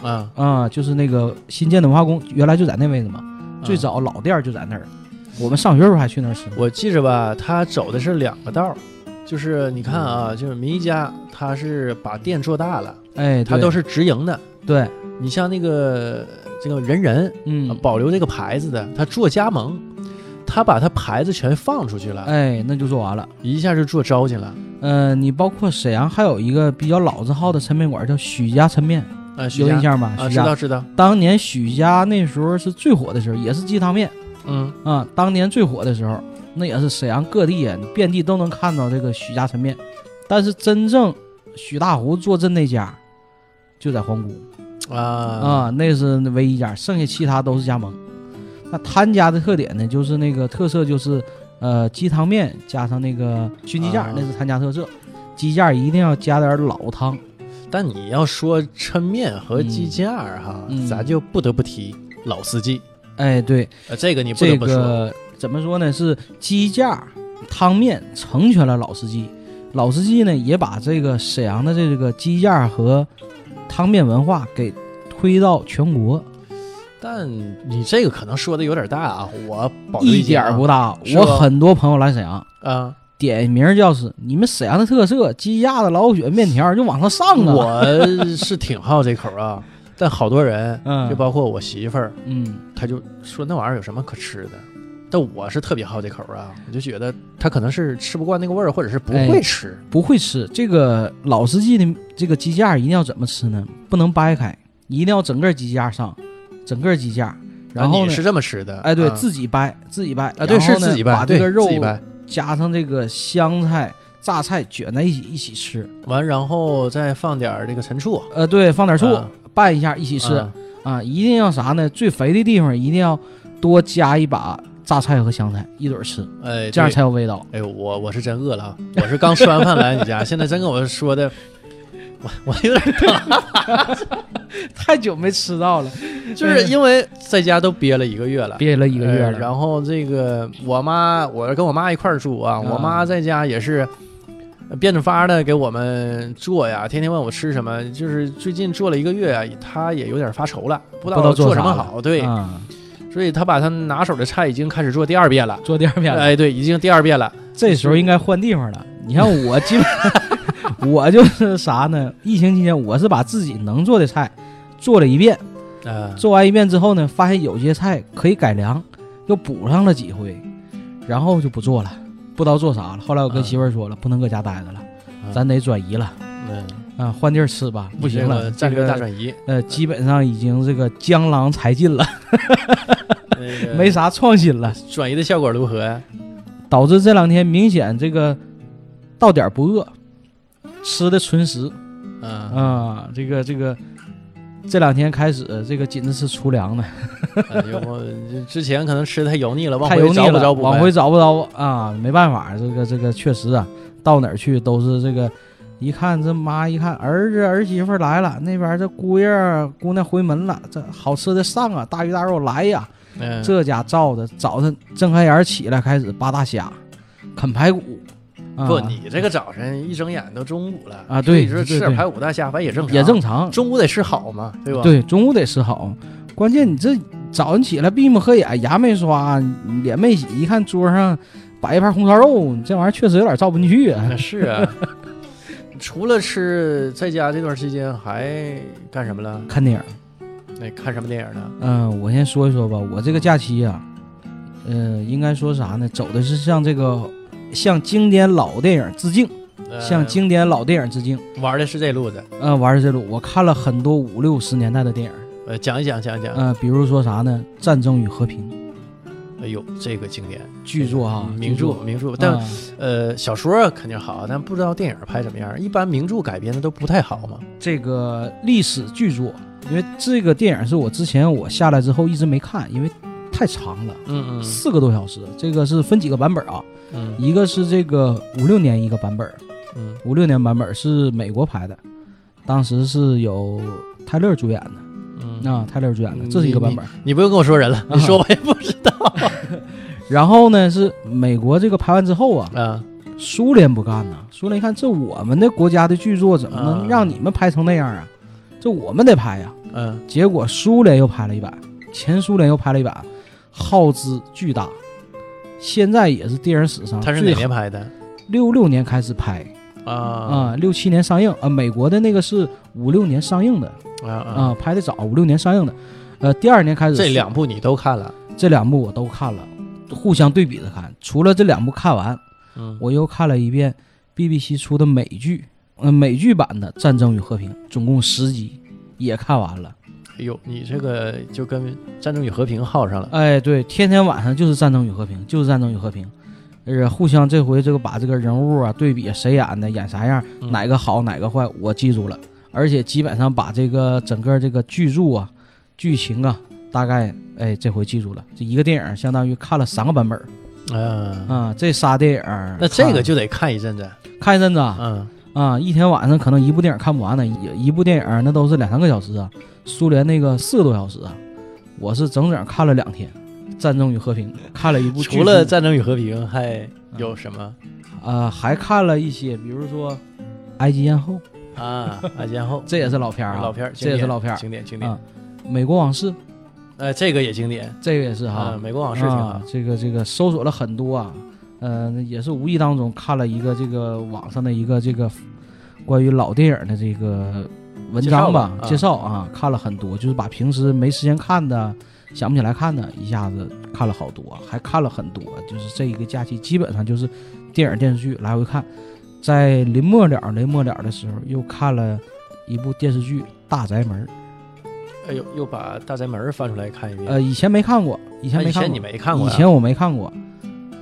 啊，
啊、就是那个新建的文化宫，原来就在那位置嘛，
啊
最早老店儿就在那儿，我们上学时候还去那儿吃。
我记着吧，他走的是两个道儿，就是你看
嗯
啊，就是民一家，他是把店做大了，
哎，
他
对
都是啊直营的。
对，
你像那个这个人人、
嗯，
呃保留这个牌子的，他做加盟，他把他牌子全放出去了，
哎，那就做完了。
一下就做糟践了。
呃，你包括沈阳还有一个比较老字号的抻面馆叫许家抻面，
呃，徐
有印
家
象吧？
啊，
许
知
家、
道知道，
当年许家那时候是最火的时候，也是鸡汤面
嗯，
啊。当年最火的时候，那也是沈阳各地啊，你遍地都能看到这个许家抻面。但是真正许大湖坐镇那家，就在皇姑
啊
啊，那是唯一一家，剩下其他都是加盟。那他家的特点呢，就是那个特色就是，呃，鸡汤面加上那个熏鸡架
啊，
那是他家特色。鸡架一定要加点老汤，
但你要说抻面和鸡架儿哈，
嗯嗯
咱就不得不提老司机，
哎，对，
呃，这个你不得
这
不说，
个怎么说呢？是鸡架、汤面成全了老司机，老司机呢也把这个沈阳的这个鸡架和汤面文化给推到全国，
但你这个可能说的有点大啊，我保留
一
见
点
啊
儿不大。
是
我
吧
很多朋友来沈阳，
啊，
点名就是你们沈阳的特色鸡架子、老虎血、面条，就往上上啊！
我是挺好这口啊，但好多人，
嗯
就包括我媳妇儿，
嗯，
她就说那玩意儿有什么可吃的。但我是特别好这口啊，我就觉得她可能是吃不惯那个味儿，或者是不
哎
会吃。
不会吃这个老司机的这个鸡架一定要怎么吃呢？不能掰开，一定要整个鸡架上，整个鸡架。然后
你
呢？
是这么吃的？
哎，对
啊
自己掰，自己掰
啊，对，
然后
是
呢
自己掰，
把这
对
个肉
自己掰
加上这个香菜、榨菜卷在一起一起吃。
完，然后再放点儿这个陈醋，
呃，对，放点醋
啊
拌一下一起吃
啊
啊，一定要啥呢？最肥的地方一定要多加一把榨菜和香菜一嘴儿吃，
哎，
这样
对
才有 味道。
哎呦，我我是真饿了啊！我是刚吃完饭来 你家，现在真跟我说的， 我我有点
太久没吃到了，哎
就是因为在家都憋了一个月了，
憋了一个月
呃
了。
然后这个我妈，我跟我妈一块儿住啊，
啊
我妈在家也是呃变着法儿的给我们做呀，天天问我吃什么。就是最近做了一个月啊，她也有点发愁了，不知
不知
道
道做
什么
啥了
好。对，
啊，
所以她把她拿手的菜已经开始做第二遍了。
做第二遍了，
哎，对，已经第二遍了。
这时候应该换地方了。你看我基本， 我就是啥呢？疫情期间，我是把自己能做的菜做了一遍。
呃，
做完一遍之后呢，发现有些菜可以改良，又补上了几回，然后就不做了，不知道做啥了。后来我跟媳妇儿说了，不能搁家待着了，
嗯
咱得转移了
嗯，
啊，换地儿吃吧，不行
这
了，
个战略大
这个
转移，
呃，基本上已经这个江郎才尽了，
那个
没啥创新了，
转移的效果如何呀？
导致这两天明显这个到点儿不饿，吃的纯实
嗯，
啊，这个这个。这两天开始，这个紧着吃粗粮呢，
哎呦我之前可能吃的太油腻了，往
太
回
油腻
找补
了，
找补呗，
往回找不着啊，没办法，这个这个确实啊，到哪儿去都是这个，一看这妈一看儿子儿媳妇儿来了，那边这姑爷儿姑娘回门了，这好吃的上啊，大鱼大肉来呀、
嗯
这家照的早晨睁开眼儿起来开始扒大虾，啃排骨，啊、
不，你这个早晨一睁眼都中午了
啊对
你说吃
对
点
对
排骨大虾，反正也正常，
也正常，
中午得啊吃好嘛，对吧？，
对，中午得吃好。关键你这早上起来闭目合眼，牙没刷，脸没洗，一看桌上摆一盘红烧肉，你这玩意儿确实有点照不进去啊。
是啊。除了吃，在家这段时间还干什么了？
看电影。
那看什么电影呢？
嗯、我先说一说吧，我这个假期啊，呃，应该说啥呢？走的是向这个向经典老电影致敬，
呃
向经典老电影致敬。
玩的是这路子，
呃，玩儿这路，我看了很多五六十年代的电影，
呃，讲一讲，讲一讲。
呃，比如说啥呢，《战争与和平》
哎呦，这个经典
巨作哈、
嗯
巨
名著，
作。
名著。但
啊
呃，小说肯定好，但不知道电影拍怎么样。一般名著改编的都不太好嘛。
这个历史巨作，因为这个电影是我之前我下来之后一直没看，因为太长了，
嗯
四个多小时。这个是分几个版本啊，
嗯
一个是这个五六年一个版本，
嗯
五六年版本是美国拍的，当时是有泰勒主演的，
嗯
啊，泰勒主演的，这是一个版本。
你不用跟我说人
啊
了，你说我也不知道
然后呢，是美国这个拍完之后啊，
啊。
苏联不干呐，苏联一看这我们的国家的巨作怎么
啊
能让你们拍成那样啊？这我们得拍呀、
嗯
结果苏联又拍了一版，前苏联又拍了一版，耗资巨大，现在也是电影史上，
他是哪
最
年拍的？
六六年开始拍
啊
啊，六七、年上映啊、美国的那个是五六年上映的。
啊
啊、
啊！
拍的早，五六年上映的，呃，第二年开始
这两部你都看了
这两部我都看了，互相对比着看。除了这两部看完，
嗯，
我又看了一遍 BBC 出的美剧，呃，美剧版的《战争与和平》，总共十集，也看完了。
哎呦，你这个就跟《战争与和平》耗上了。
哎，对，天天晚上就是《战争与和平》，就是《战争与和平》，呃，互相这回这个把这个人物啊对比谁演的，演啥样，
嗯
哪个好哪个坏，我记住了，而且基本上把这个整个这个剧著啊、剧情啊，大概哎这回记住了。这一个电影相当于看了三个版本儿
嗯、
啊、这仨电影，
那这个就得看一阵子。
看看一阵子啊，
嗯，
啊，一天晚上可能一部电影看不完呢，一一部电影那都是两三个小时啊。苏联那个四个多小时啊，我是整整看了两天，《战争与和平》看了一部剧集，
除了《战争与和平》，还有什么
呃，还看了一些，比如说《埃及艳后》，
啊？啊，然后
嗯 这也是老片儿啊，
老片儿，
这也是老片儿
经典经典。
啊美国往事》，
呃，这个也经典
这个也是
啊，
哈，
美国往事挺好
啊。这个这个搜索了很多啊，呃，也是无意当中看了一个这个网上的一个这个关于老电影的这个文
介绍
章吧
吧，啊
介绍啊，看了很多，就是把平时没时间看的、想不起来看的，一下子看了好多，还看了很多。就是这一个假期，基本上就是电影电视剧来回看。在临末了临末了的时候，又看了一部电视剧《大宅门
哎呦，又把《大宅门》翻出来看一》，遍。
呃，以前没看过，以前
啊
没
以
看过
前，你没看过
以
呀？
前我没看过，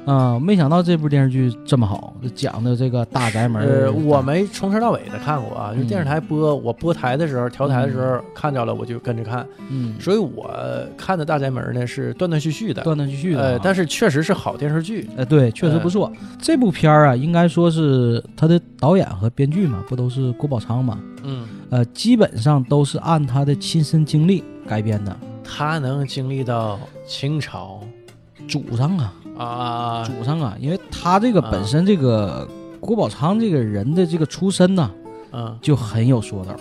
啊、没想到这部电视剧这么好，讲的这个大宅门儿。
呃，我没从头到尾的看过啊，就
嗯
电视台播，我播台的时候调台的时候看着了，我就跟着看，
嗯，
所以我看的《大宅门》呢是断断续续的，
断断续续的啊、
呃，但
是
是确实是好电视剧，
呃，对，确实不错。这部片儿啊，应该说是他的导演和编剧嘛，不都是郭宝昌嘛？
嗯，
呃，基本上都是按他的亲身经历改编的。
他能经历到清朝
祖上啊，
啊，
祖上啊，因为他这个
啊
本身这个、郭宝昌这个人的这个出身呢、
嗯
就很有说道，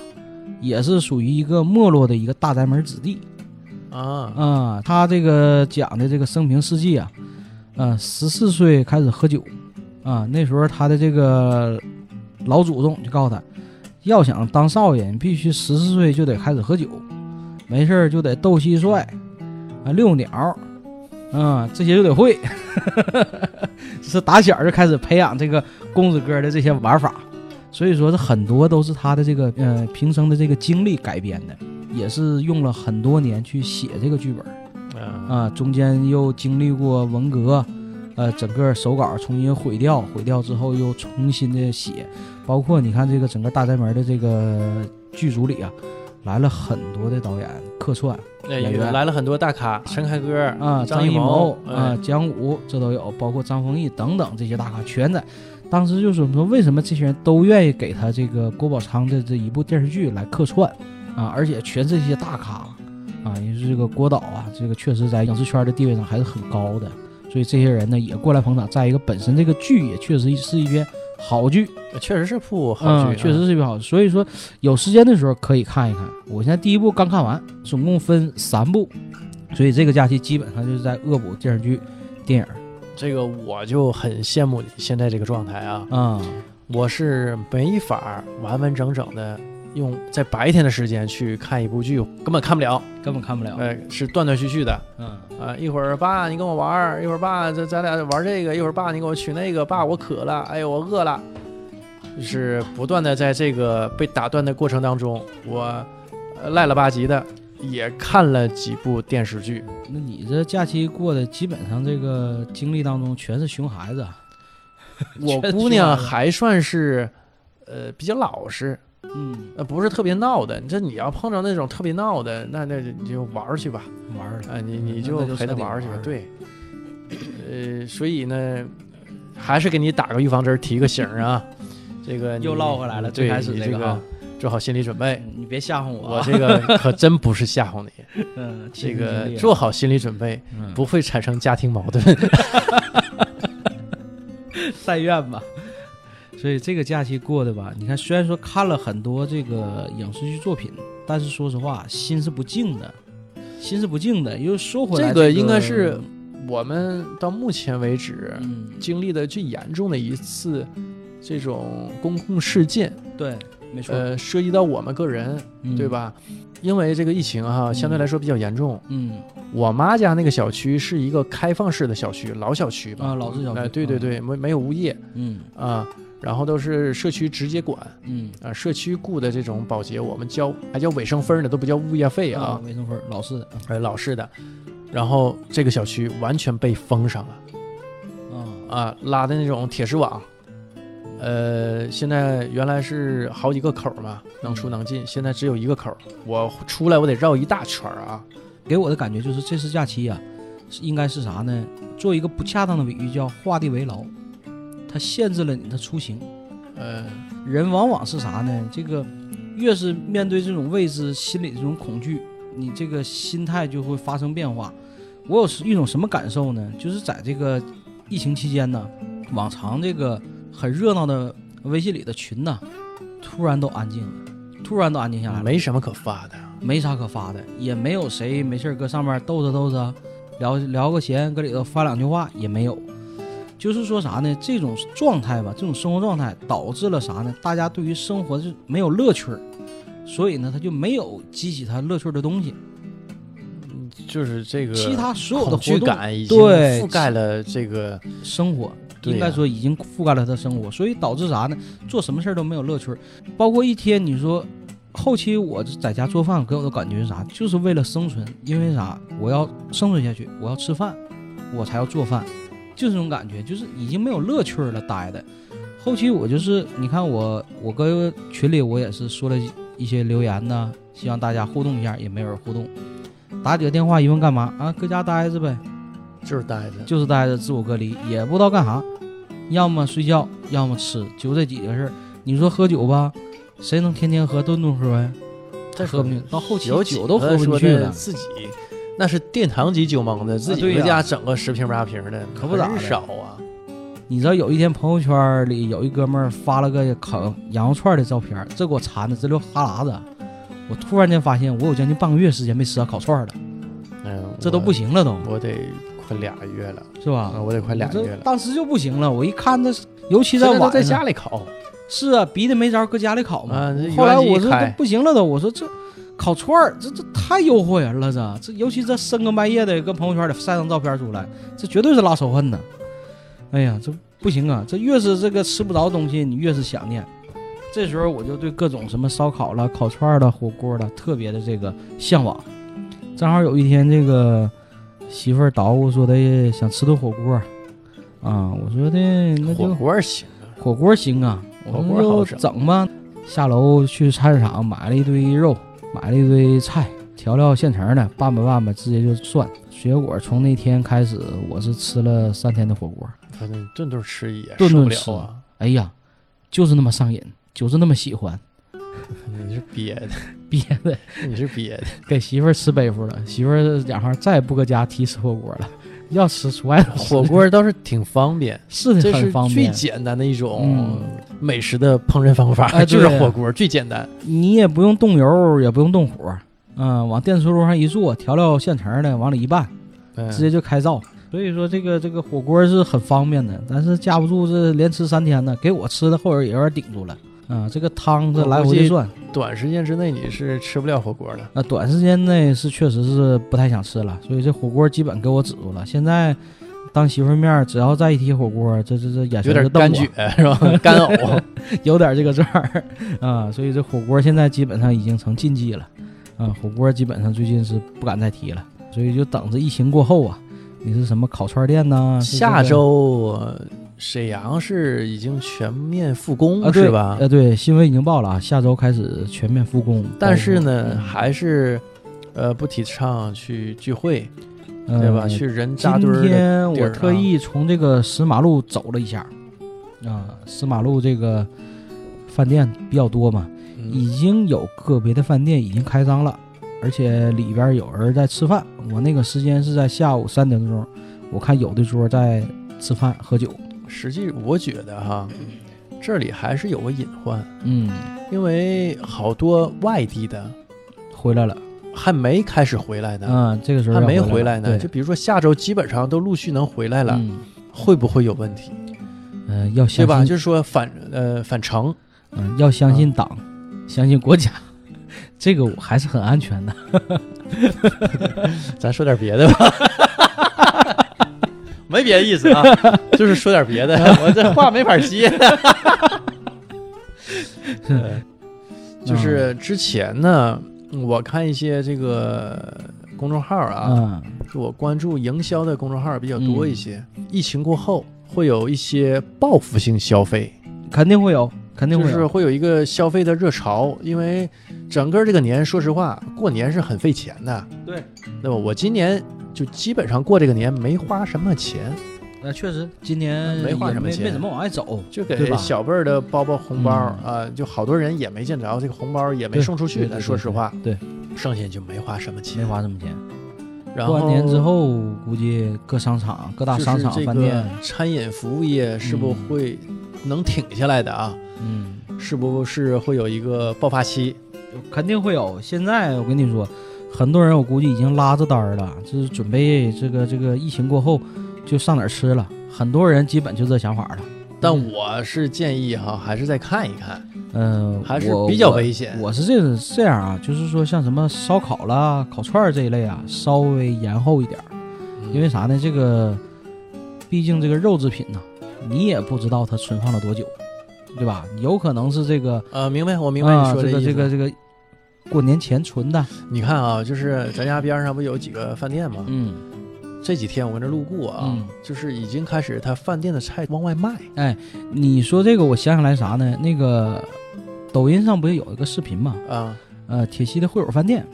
也是属于一个没落的一个大宅门子弟。
啊，
啊、他这个讲的这个生平事迹啊，呃，十四岁开始喝酒，啊、那时候他的这个老祖宗就告诉他，要想当少爷，你必须十四岁就得开始喝酒，没事儿就得斗蟋蟀，啊，遛鸟，啊、这些就得会， 是打小就开始培养这个公子哥的这些玩法，所以说这很多都是他的这个呃平生的这个经历改编的。也是用了很多年去写这个剧本儿
嗯
啊，中间又经历过文革，呃，整个手稿重新毁掉，毁掉之后又重新的写，包括你看这个整个大宅门的这个剧组里啊，来了很多的导演客串
那也
演员
来了很多大咖，陈凯歌
啊，
嗯张
艺谋啊
哎，
蒋武这都有，包括张丰毅等等这些大咖全在。当时就是我们说，为什么这些人都愿意给他这个郭宝昌的这一部电视剧来客串啊？而且全是这些大咖啊，也是这个郭导啊，这个确实在影视圈的地位上还是很高的，所以这些人呢也过来捧场。再一个，本身这个剧也确实是一篇好剧，
确实是部好
嗯，
剧，啊
确实是一篇好剧。所以说，有时间的时候可以看一看。我现在第一部刚看完，总共分三部，所以这个假期基本上就是在恶补电视剧、电影儿
这个我就很羡慕你现在这个状态啊，
啊、
我是没法儿完完整整的用在白天的时间去看一部剧，根本看不了，
根本看不了。
呃，是断断续续的
嗯，
啊、一会儿爸你跟我玩儿，一会儿爸咱咱俩玩这个，一会儿爸你给我取那个，爸我渴了，哎呦我饿了，就是不断的在这个被打断的过程当中，我呃赖了吧唧的也看了几部电视剧，
那你这假期过的基本上这个经历当中全是熊孩子啊，
我
确实
姑娘
是
还算是呃比较老实，
嗯，
呃，不是特别闹的，这你要碰着那种特别闹的，那那你就玩儿去吧，
玩儿了。
啊，你
嗯
你
那
就
那就
陪他
彻底
玩儿去吧
玩。儿
对，呃，所以呢，还是给你打个预防针儿，提个醒儿啊。这个
又
你嗯
唠回来了
对
最开始
你
那
这
个啊哎
做好心理准备。
你别吓唬我
我
啊，
这个可真不是吓 唬你，
嗯，
这
亲身经
个
历啊
做好心理准备，
嗯
不会产生家庭矛 盾。
但愿吧。所以这个假期过的吧，你看虽然说看了很多这个影视剧作品，但是说实话，心是不静的，心是不静的。又说回来、
这
这
个应该是我们到目前为止
嗯，
经历的最严重的一次这种公共事件，
对，没错，
嗯呃，涉及到我们个人，
嗯
啊对？吧？因为这个疫情哈、相对来说比较严重，
嗯，
我妈家那个小区是一个开放式的小区，老小区吧，
啊老式小区
哎对对对，没没有物业
嗯
啊，然后都是社区直接管
嗯，
啊，社区雇的这种保洁，我们交还叫卫生分呢，都不叫物业费
啊，
啊，
卫生分儿老式的
哎，老式的。然后这个小区完全被封上了。
啊，
啊，拉的那种铁丝网。呃，现在原来是好几个口儿嘛，能出能
嗯
进，现在只有一个口儿。我出来我得绕一大圈儿啊。
给我的感觉就是这次假期啊，是应该是啥呢？做一个不恰当的比喻叫画地为牢，它限制了你的出行。
呃，
人往往是啥呢？这个越是面对这种未知，心里这种恐惧，你这个心态就会发生变化。我有一种什么感受呢？就是在这个疫情期间呢，往常这个很热闹的微信里的群呢，突然都安静了，突然都安静下来了，
没什么可发的。
没啥可发的，也没有谁没事儿搁上面斗着斗着，聊聊个闲，搁里头发两句话也没有。就是说啥呢？这种状态吧，这种生活状态导致了啥呢？大家对于生活是没有乐趣儿，所以呢，他就没有激起他乐趣儿的东西。
嗯就是这个
其他所有
恐
的活
惧
动，
感已经
对
覆盖了这个，啊
生活
对
应该
呀
说已经覆盖了他生活，所以导致啥呢？做什么事儿都没有乐趣儿，包括一天你说。后期我在家做饭，给我的感觉是啥？就是为了生存，因为啥？我要生存下去，我要吃饭，我才要做饭，就是这种感觉，就是已经没有乐趣儿了，待的。后期我就是，你看我，我搁群里我也是说了一些留言呢，希望大家互动一下，也没有人互动。打几个电话一问干嘛啊？搁家待着呗，
就是呆着。
就是待着自我隔离，也不知道干啥，要么睡觉，要么吃，就这几个事儿。你说喝酒吧，谁能天天喝，顿顿喝呀？
再
喝
说
不进去，到后期
有
酒都
几
喝
个
不进
说
去
的
了。啊
自己那是殿堂级酒蒙子，自己
对
回
呀
家整个十瓶八瓶的，
可不咋
很
的
少啊。
你知道有一天朋友圈里有一哥们儿发了个烤羊肉串的照片，这给我馋的直流哈喇子。我突然间发现，我有将近半个月时间没吃到烤串了，
嗯，
这都
我
不，行了都，
我得快俩月了
是吧
啊，？我得快俩
我
月
这
了。
当时就不行了，我一看这，尤其
现
在
在都
晚
在
上
家，里烤
是啊，逼得没招，搁家里烤嘛。
啊，这
后来
原机
我说
开
这不行了都，我说这烤串儿这这太诱惑人了，这这尤其这深更半夜的搁朋友圈里晒张照片出来，这绝对是拉仇恨呐！哎呀，这不行啊，这越是这个吃不着东西，你越是想念。哎这时候我就对各种什么烧烤了、烤串儿了、火锅了特别的这个向往。正好有一天这个媳妇儿捣鼓说的想吃顿火锅，啊，我说的那就
火锅儿行啊，
火锅行啊，我
火
们
锅好
就
整
整吧。下楼去菜市场买了一堆肉，买了一堆菜，调料现成的，拌吧拌吧，直接就涮。结果从那天开始，我是吃了三天的火锅，
反正顿顿吃也
顿顿
受不了啊，
哎呀，就是那么上瘾，就是那么喜欢，
你是憋的，
憋的
你是憋 的，
给媳妇儿吃背负了。媳妇儿两行再也不搁家提吃火锅了，要吃出外头吃
火锅倒是挺方 便，
是
这
的
是
很方
最哦
便。
简单的一种
嗯，
美食的烹饪方法，
哎
就是
对呀
火锅最简单。
你也不用动油，也不用动火，嗯，往电磁炉上一坐，调料现成的，往里一拌，
嗯
直，接就开灶。所以说这个这个火锅是很方便的，但是架不住这连吃三天呢，给我吃的后人也有点顶住了。啊、这个汤这来回的涮，
短时间之内你是吃不了火锅的。
那短时间内是确实是不太想吃了，所以这火锅基本给我止住了。现在当媳妇儿面，只要再一提火锅，这这这眼
有
神
点
就瞪
干
我
撅，是 吧？干
啊
呕，
有点这个事儿 啊，所以这火锅现在基本上已经成禁忌了啊，火锅基本上最近是不敢再提了，所以就等着疫情过后啊，你是什么烤串店呐、是这个
下周呃沈阳是已经全面复工、
啊，对
是吧？
呃，对，新闻已经报了啊，下周开始全面复工。
但是呢，
嗯
还是呃不提倡去聚会，
呃
对吧？去人扎堆儿
今
的
天
地
我
儿
特
啊
意从这个石马路走了一下，啊，石马路这个饭店比较多嘛，
嗯
已经有个别的饭店已经开张了，而且里边有人在吃饭。我那个时间是在下午三点多钟，我看有的桌在吃饭喝酒。
实际我觉得哈，这里还是有个隐患，
嗯，
因为好多外地的
回来了，
还没开始回来呢，
嗯，这个时候
还
要
没
回
回来呢。
对
就比如说下周基本上都陆续能回来了，
嗯，
会不会有问题？
呃，要
对
相
吧？
信
就是说返呃返程，
嗯，要相信党，相信国家， 这个我还是很安全的。
咱说点别的吧， 没别的意思啊， 就是说点 别的，我这话没法 接。对就是之前呢，我看一些这个公众号啊，
嗯
就我关注营销的公众号比较多一些。疫情过后会有一些报复性消费，
肯定会有，肯定
就
会
是
有。
会有一个消费的热潮，因为整个这个年，说实话，过年是很费钱的。
对，
那么我今年就基本上过这个年没花什么钱，
那确实今年
没花
也
什么
没
钱
没怎么往外走，
就
对
给
吧
小辈儿的包包红包啊
嗯、
就好多人也没见着这个红包也没
对
送出去。
对
咱
对
说
对
实话，
对，
剩下就没花什么
没
钱。
花什么钱。
然
过
后
完年之后，估计各商场、各大商场、
就是这
饭
个
店，
餐饮服务业是不
嗯
会能挺下来的啊？
嗯，
是不是会有一个爆发期？
肯定会有。现在我跟你说，很多人我估计已经拉着单儿了，就是准备这个这个疫情过后就上哪儿吃了。很多人基本就这想法了。
但
嗯
我是建议哈，还是再看一看，
嗯，
还是
我
比较
我
危险。
我是这种这样啊，就是说像什么烧烤啦、烤串儿这一类啊，稍微延后一点儿，
嗯
因为啥呢？这个毕竟这个肉制品呢、你也不知道它存放了多久，对吧？有可能是这个
呃，明白，我明白你
啊
说的
这
意思。
个这个这个过年前存的，
你看啊，就是咱家边儿上不有几个饭店吗？
嗯，
这几天我跟这路过啊，
嗯
就是已经开始他饭店的菜往外卖。
你说这个我想起来啥呢？那个抖音上不是有一个视频嘛？
啊，
呃，铁西的惠友饭店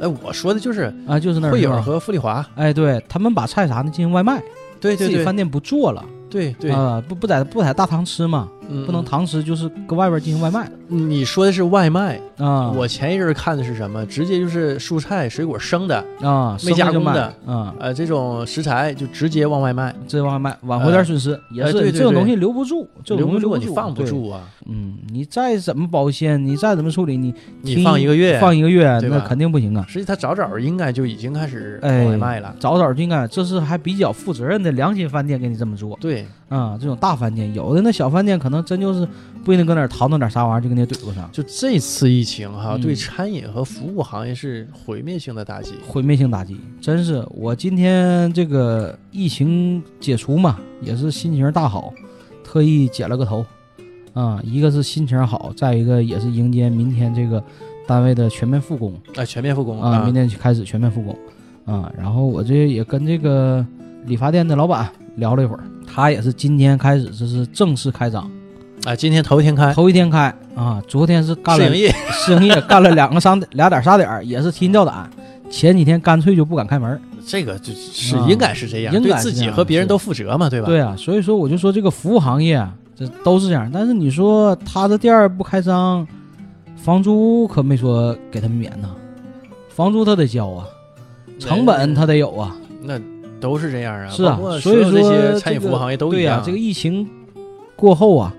哎，我说的就是
啊，就是那儿
惠
是
友
吧
和富丽华，
哎，对他们把菜啥的进行外卖，
对对
自己
对
饭店不做了。
对对，
啊、不不在不在大堂吃嘛，
嗯
不能。堂吃，就是搁外边进行外卖
嗯你说的是外卖，
啊。
我前一阵儿看的是什么？直接就是蔬菜、水果生的，
啊，
没加工的
啊，
呃，这种食材就直接往外卖，
这外卖挽回点损失、也
哎
是，
对对
这种
对
东西留不住，这
留
种东
不
西
住，
不
你放不
对。
住啊！
嗯，你再怎么保鲜，你再怎么处理，你
你
听
放一个月，
放一个月，
对
那
吧
肯定不行啊。
实际他早早应该就已经开始
哎
往外卖了。
早早就应该，这是还比较负责任的良心饭店给你这么做
对，
啊、这种大饭店，有的那小饭店可能真就是不一定搁哪儿淘弄点啥玩意儿就给你怼过啊上，
就这次疫情哈，
嗯
对餐饮和服务行业是毁灭性的打击。
毁灭性打击，真是！我今天这个疫情解除嘛，也是心情大好，特意剪了个头，啊、一个是心情好，再一个也是迎接明天这个单位的全面复工
啊，全面复工
啊、明天就开始全面复工啊、然后我这也跟这个理发店的老板聊了一会儿，他也是今天开始这是正式开张，
啊，今天头一天开，
头一天开啊、昨天是干
试
了
营业，
试营业，干了两个商 俩点儿仨点儿，也是提心吊胆，前几天干脆就不敢开门儿。
这个就是
啊
应该是这样，
应该
对
是
自己
这样
和别人
是
都负责嘛，对吧？
对啊，所以说我就说这个服务行业啊，这都是这样。但是你说他的店儿不开张，房租可没说给他们免呐，房租他得交啊，成本他得有啊，
那都是这样啊，
是啊
包括。
所以
有
说
这些餐饮
这个
服务行业都
对
一
呀、
样。啊
这个疫情过后啊，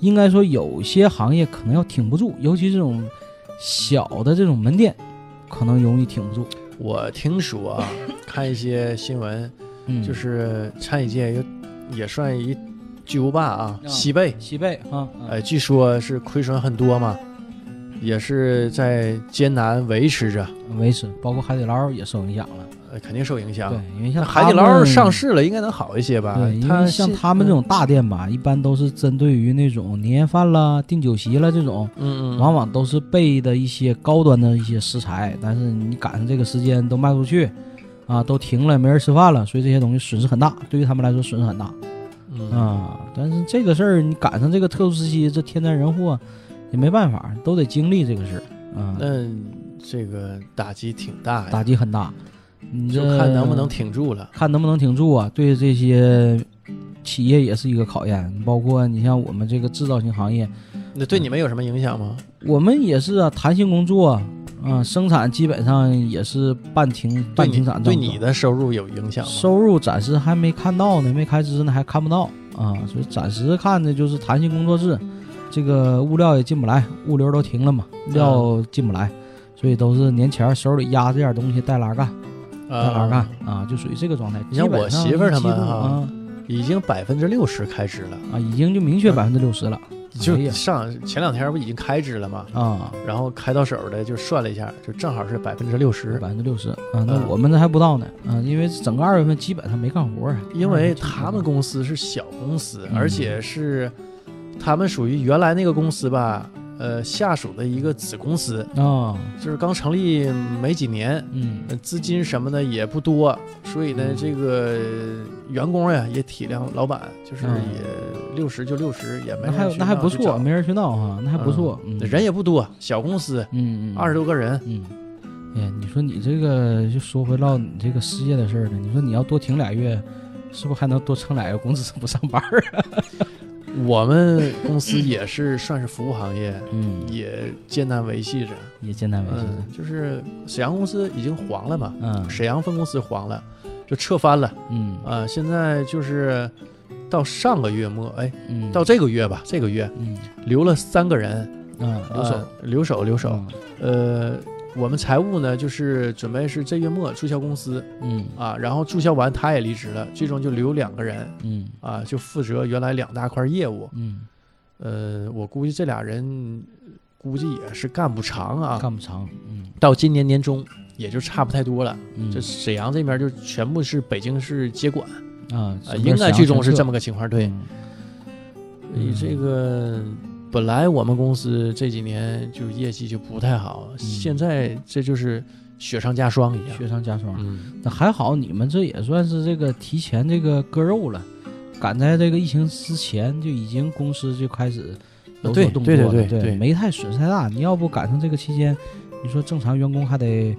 应该说有些行业可能要挺不住，尤其这种小的这种门店，可能容易挺不住。
我听说 啊，看一些新闻，
嗯，
就是餐饮界也也算一巨无霸啊，
嗯
西贝，
西贝啊，嗯
呃，据说是亏损很多嘛，也是在艰难维持着，
维持，包括海底捞也受影响了。
呃，肯定受影响
对。，因为
那
像
海底
他
捞
们
上市了，应该能好一些吧？
对，因
它
为像
现嗯
他们这，种大店吧，一般都是针对于那种年夜饭啦、订酒席啦这种，
嗯嗯，
往往都是备的一些高端的一些食材，但是你赶上这个时间都卖不出去，啊，都停了，没人吃饭了，所以这些东西损失很大，对于他们来说损失很大
嗯
啊。但是这个事儿你赶上这个特殊时期，这天灾人祸也没办法，都得经历这个事儿啊，
那这个打击挺大呀，
打击很嗯大。你
就
这
看能不能挺住了。
看能不能挺住啊，对这些企业也是一个考验。包括你像我们这个制造型行业，
那对你们有什么影响吗？
我们也是啊，弹性工作啊、生产基本上也是半停
对
半
你
停产
对
状
你
态
的收入有影响吗？
收入暂时还没看到呢，没开支呢，还看不到啊，所以暂时看的就是弹性工作制，这个物料也进不来，物流都停了嘛，
啊
料进不来，所以都是年前儿手里压着点儿东西带拉干，带拉干
啊，
啊，就属于这个状态。
你像我媳妇儿他们
基本上一季度
哈
啊
已经百分之六十开支了，
啊，已经就明确
嗯
百分之六十了。
就
哎呀
上前两天不已经开支了吗？
啊，
然后开到手的就算了一下，就正好是百分之六十
百。分之六十啊，那
嗯
我们这还不到呢啊，因为整个二月份基本上没干活啊，
因为
二月份基本上
他们公司是小公司，
嗯
而且是他们属于原来那个公司吧，呃，下属的一个子公司，
啊，
就是刚成立没几年，
嗯
呃资金什么的也不多，所以呢，
嗯
这个员工呀也体谅老板，就是
嗯
也六十就六十，也没
那还
人
有
去
那还
闹
不
去
错，
找
没人去闹哈，那还不错，嗯
人也不多，小公司
嗯嗯
二十多个人，
嗯，哎呀，你说你这个就说回到你这个失业的事儿了，你说你要多停俩月，是不是还能多撑俩月工资不上班 儿？
我们公司也是算是服务行业，
嗯，
也艰难维系着。
也艰难为继
嗯，就是沈阳公司已经黄了嘛，
嗯
沈阳分公司黄了，就撤翻了
嗯
啊、现在就是到上个月末，哎，
嗯，
到这个月吧，这个月
嗯
留了三个人，
啊留守嗯
呃留守，留守。，呃，我们财务呢，就是准备是这月末注销公司
嗯
啊，然后注销完他也离职了，最终就留两个人
嗯
啊，就负责原来两大块业务。
嗯，
呃，我估计这俩人估计也是干不长啊，
干不长，嗯
到今年年中也就差不太多了。
嗯，
这沈阳这边就全部是北京市接管，
啊
呃，应该最终是这么个情况。对，，
嗯
你这个本来我们公司这几年就业绩就不太好，现在这就是嗯雪上加霜一样。
雪上加霜。
嗯，
那还好，你们这也算是这个提前这个割肉了，赶在这个疫情之前就已经公司就开始有所
对
动作
对
了，
对
对
对对
没太损失太大。你要不赶上这个期间，你说正常员工还得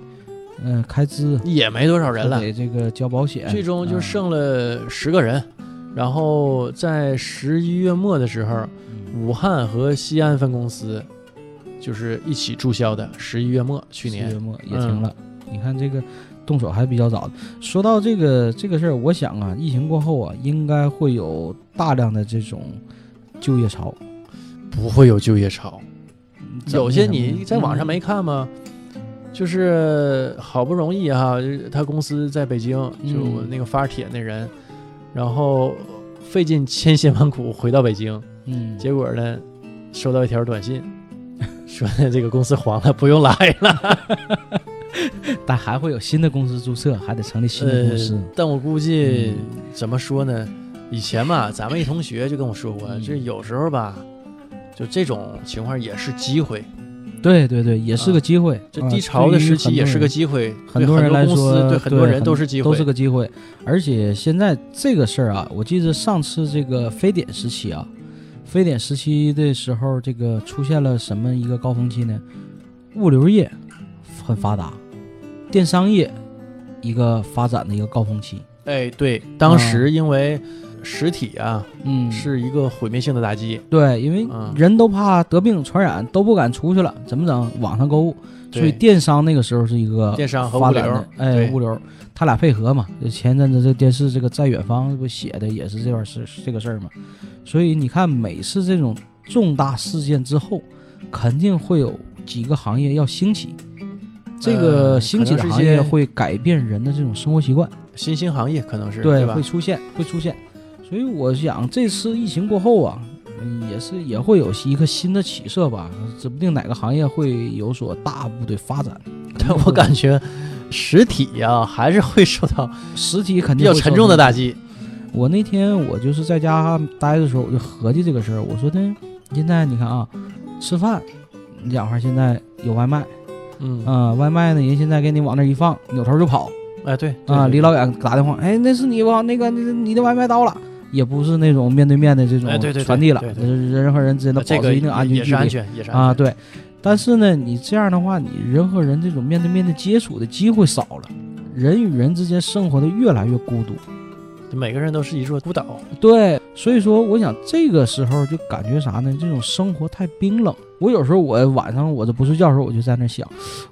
嗯、开支，
也没多少人了
还，得这个交保险，
最终就
啊
剩了十个人。然后在十一月末的时候，
嗯
武汉和西安分公司就是一起注销的。十一月末，去
四
年嗯
月末也停了。你看这个动手还比较早。说到这个这个事儿，我想啊，疫情过后啊，应该会有大量的这种就业潮。
不会有就业潮。
怎么
有些
什么
你在网上
嗯
没看吗？就是好不容易哈、他公司在北京，就
嗯
我那个发帖那人，然后费尽千辛万苦回到北京，
嗯，
结果呢，收到一条短信，说这个公司黄了，不用来了。
但还会有新的公司注册，还得成立新的公司。
呃但我估计
嗯
怎么说呢？以前吧，咱们一同学就跟我说过，
嗯
这有时候吧，就这种情况也是机会。
对对对，也是个机会。
这
啊
低潮的时期也是个，机会，
很多人
对
来
很多公司
说
对很多人
对
都是机
对于很
会，
都是个机会。而且现在这个事儿啊，我记得上次这个非典时期啊，非典时期的时候，这个出现了什么一个高峰期呢？物流业很发达，电商业一个发展的一个高峰期。
哎，对，当时因为实体啊、
啊嗯，
是一个毁灭性的打击，
对，因为
嗯
人都怕得病传染，都不敢出去了，怎么整？网上购物。所
对
以电商那个时候是一个
电商和
发
物
展
流
的，哎，
对
物流，他俩配合嘛。就前阵子这电视这个在远方不写的也是这段事这个事儿嘛。所以你看，每次这种重大事件之后，肯定会有几个行业要兴起，这个
呃
兴起的
可能
行
是一些
业会改变人的这种生活习惯。
新兴行业可能是
对，
吧
会？出现，会出现。所以我想，这次疫情过后啊，嗯也是也会有一个新的起色吧，指不定哪个行业会有所大步的发展。
但我感觉实体呀、还是会受到
实体肯
比
定
较
会
沉
受嗯
重的
冲
打
击。
击。
我那天我就是在家待的时候，我就合计这个事儿，我说呢，现在你看啊，吃饭，你讲话现在有外卖，
嗯，
啊、外卖呢人现在给你往那一放，扭头就跑。
哎，对
啊，离
李
老远打电话，哎，那是你吧？那个，那个你的外卖到了，也不是那种面对面的这种
哎对对对
传递了，
对对啊
就是人和人之间的
这
保
个
持一定安全
也
距
是安
离
全，也是安全
啊，。对。但是呢，你这样的话，你人和人这种面对面的接触的机会少了，人与人之间生活的越来越孤独。
每个人都是一座孤岛。
对，所以说，我想这个时候就感觉啥呢？这种生活太冰冷，我有时候我晚上我都不睡觉的时候，我就在那想，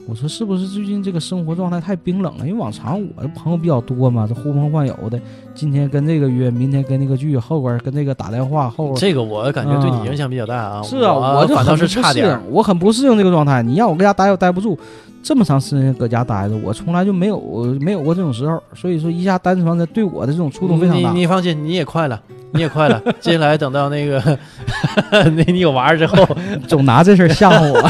我说是不是最近这个生活状态太冰冷了？因为往常我的朋友比较多嘛，这呼朋唤友的，今天跟这个约，明天跟那个聚，后边跟这个打电话，后边
这个我感觉对你影响比较大啊。
是啊，
我
就
反
很
倒
不
是
适
差点儿
应，我很不适应这个状态。你让我搁家待又待不住，这么长时间搁家待着，我从来就没有没有过这种时候。所以说一下单床在对我的这种触动非常
嗯你
大。
你放心，你也快 了，你也快了。接下来等到那个 那你有娃儿之后，
总拿这事儿吓唬我，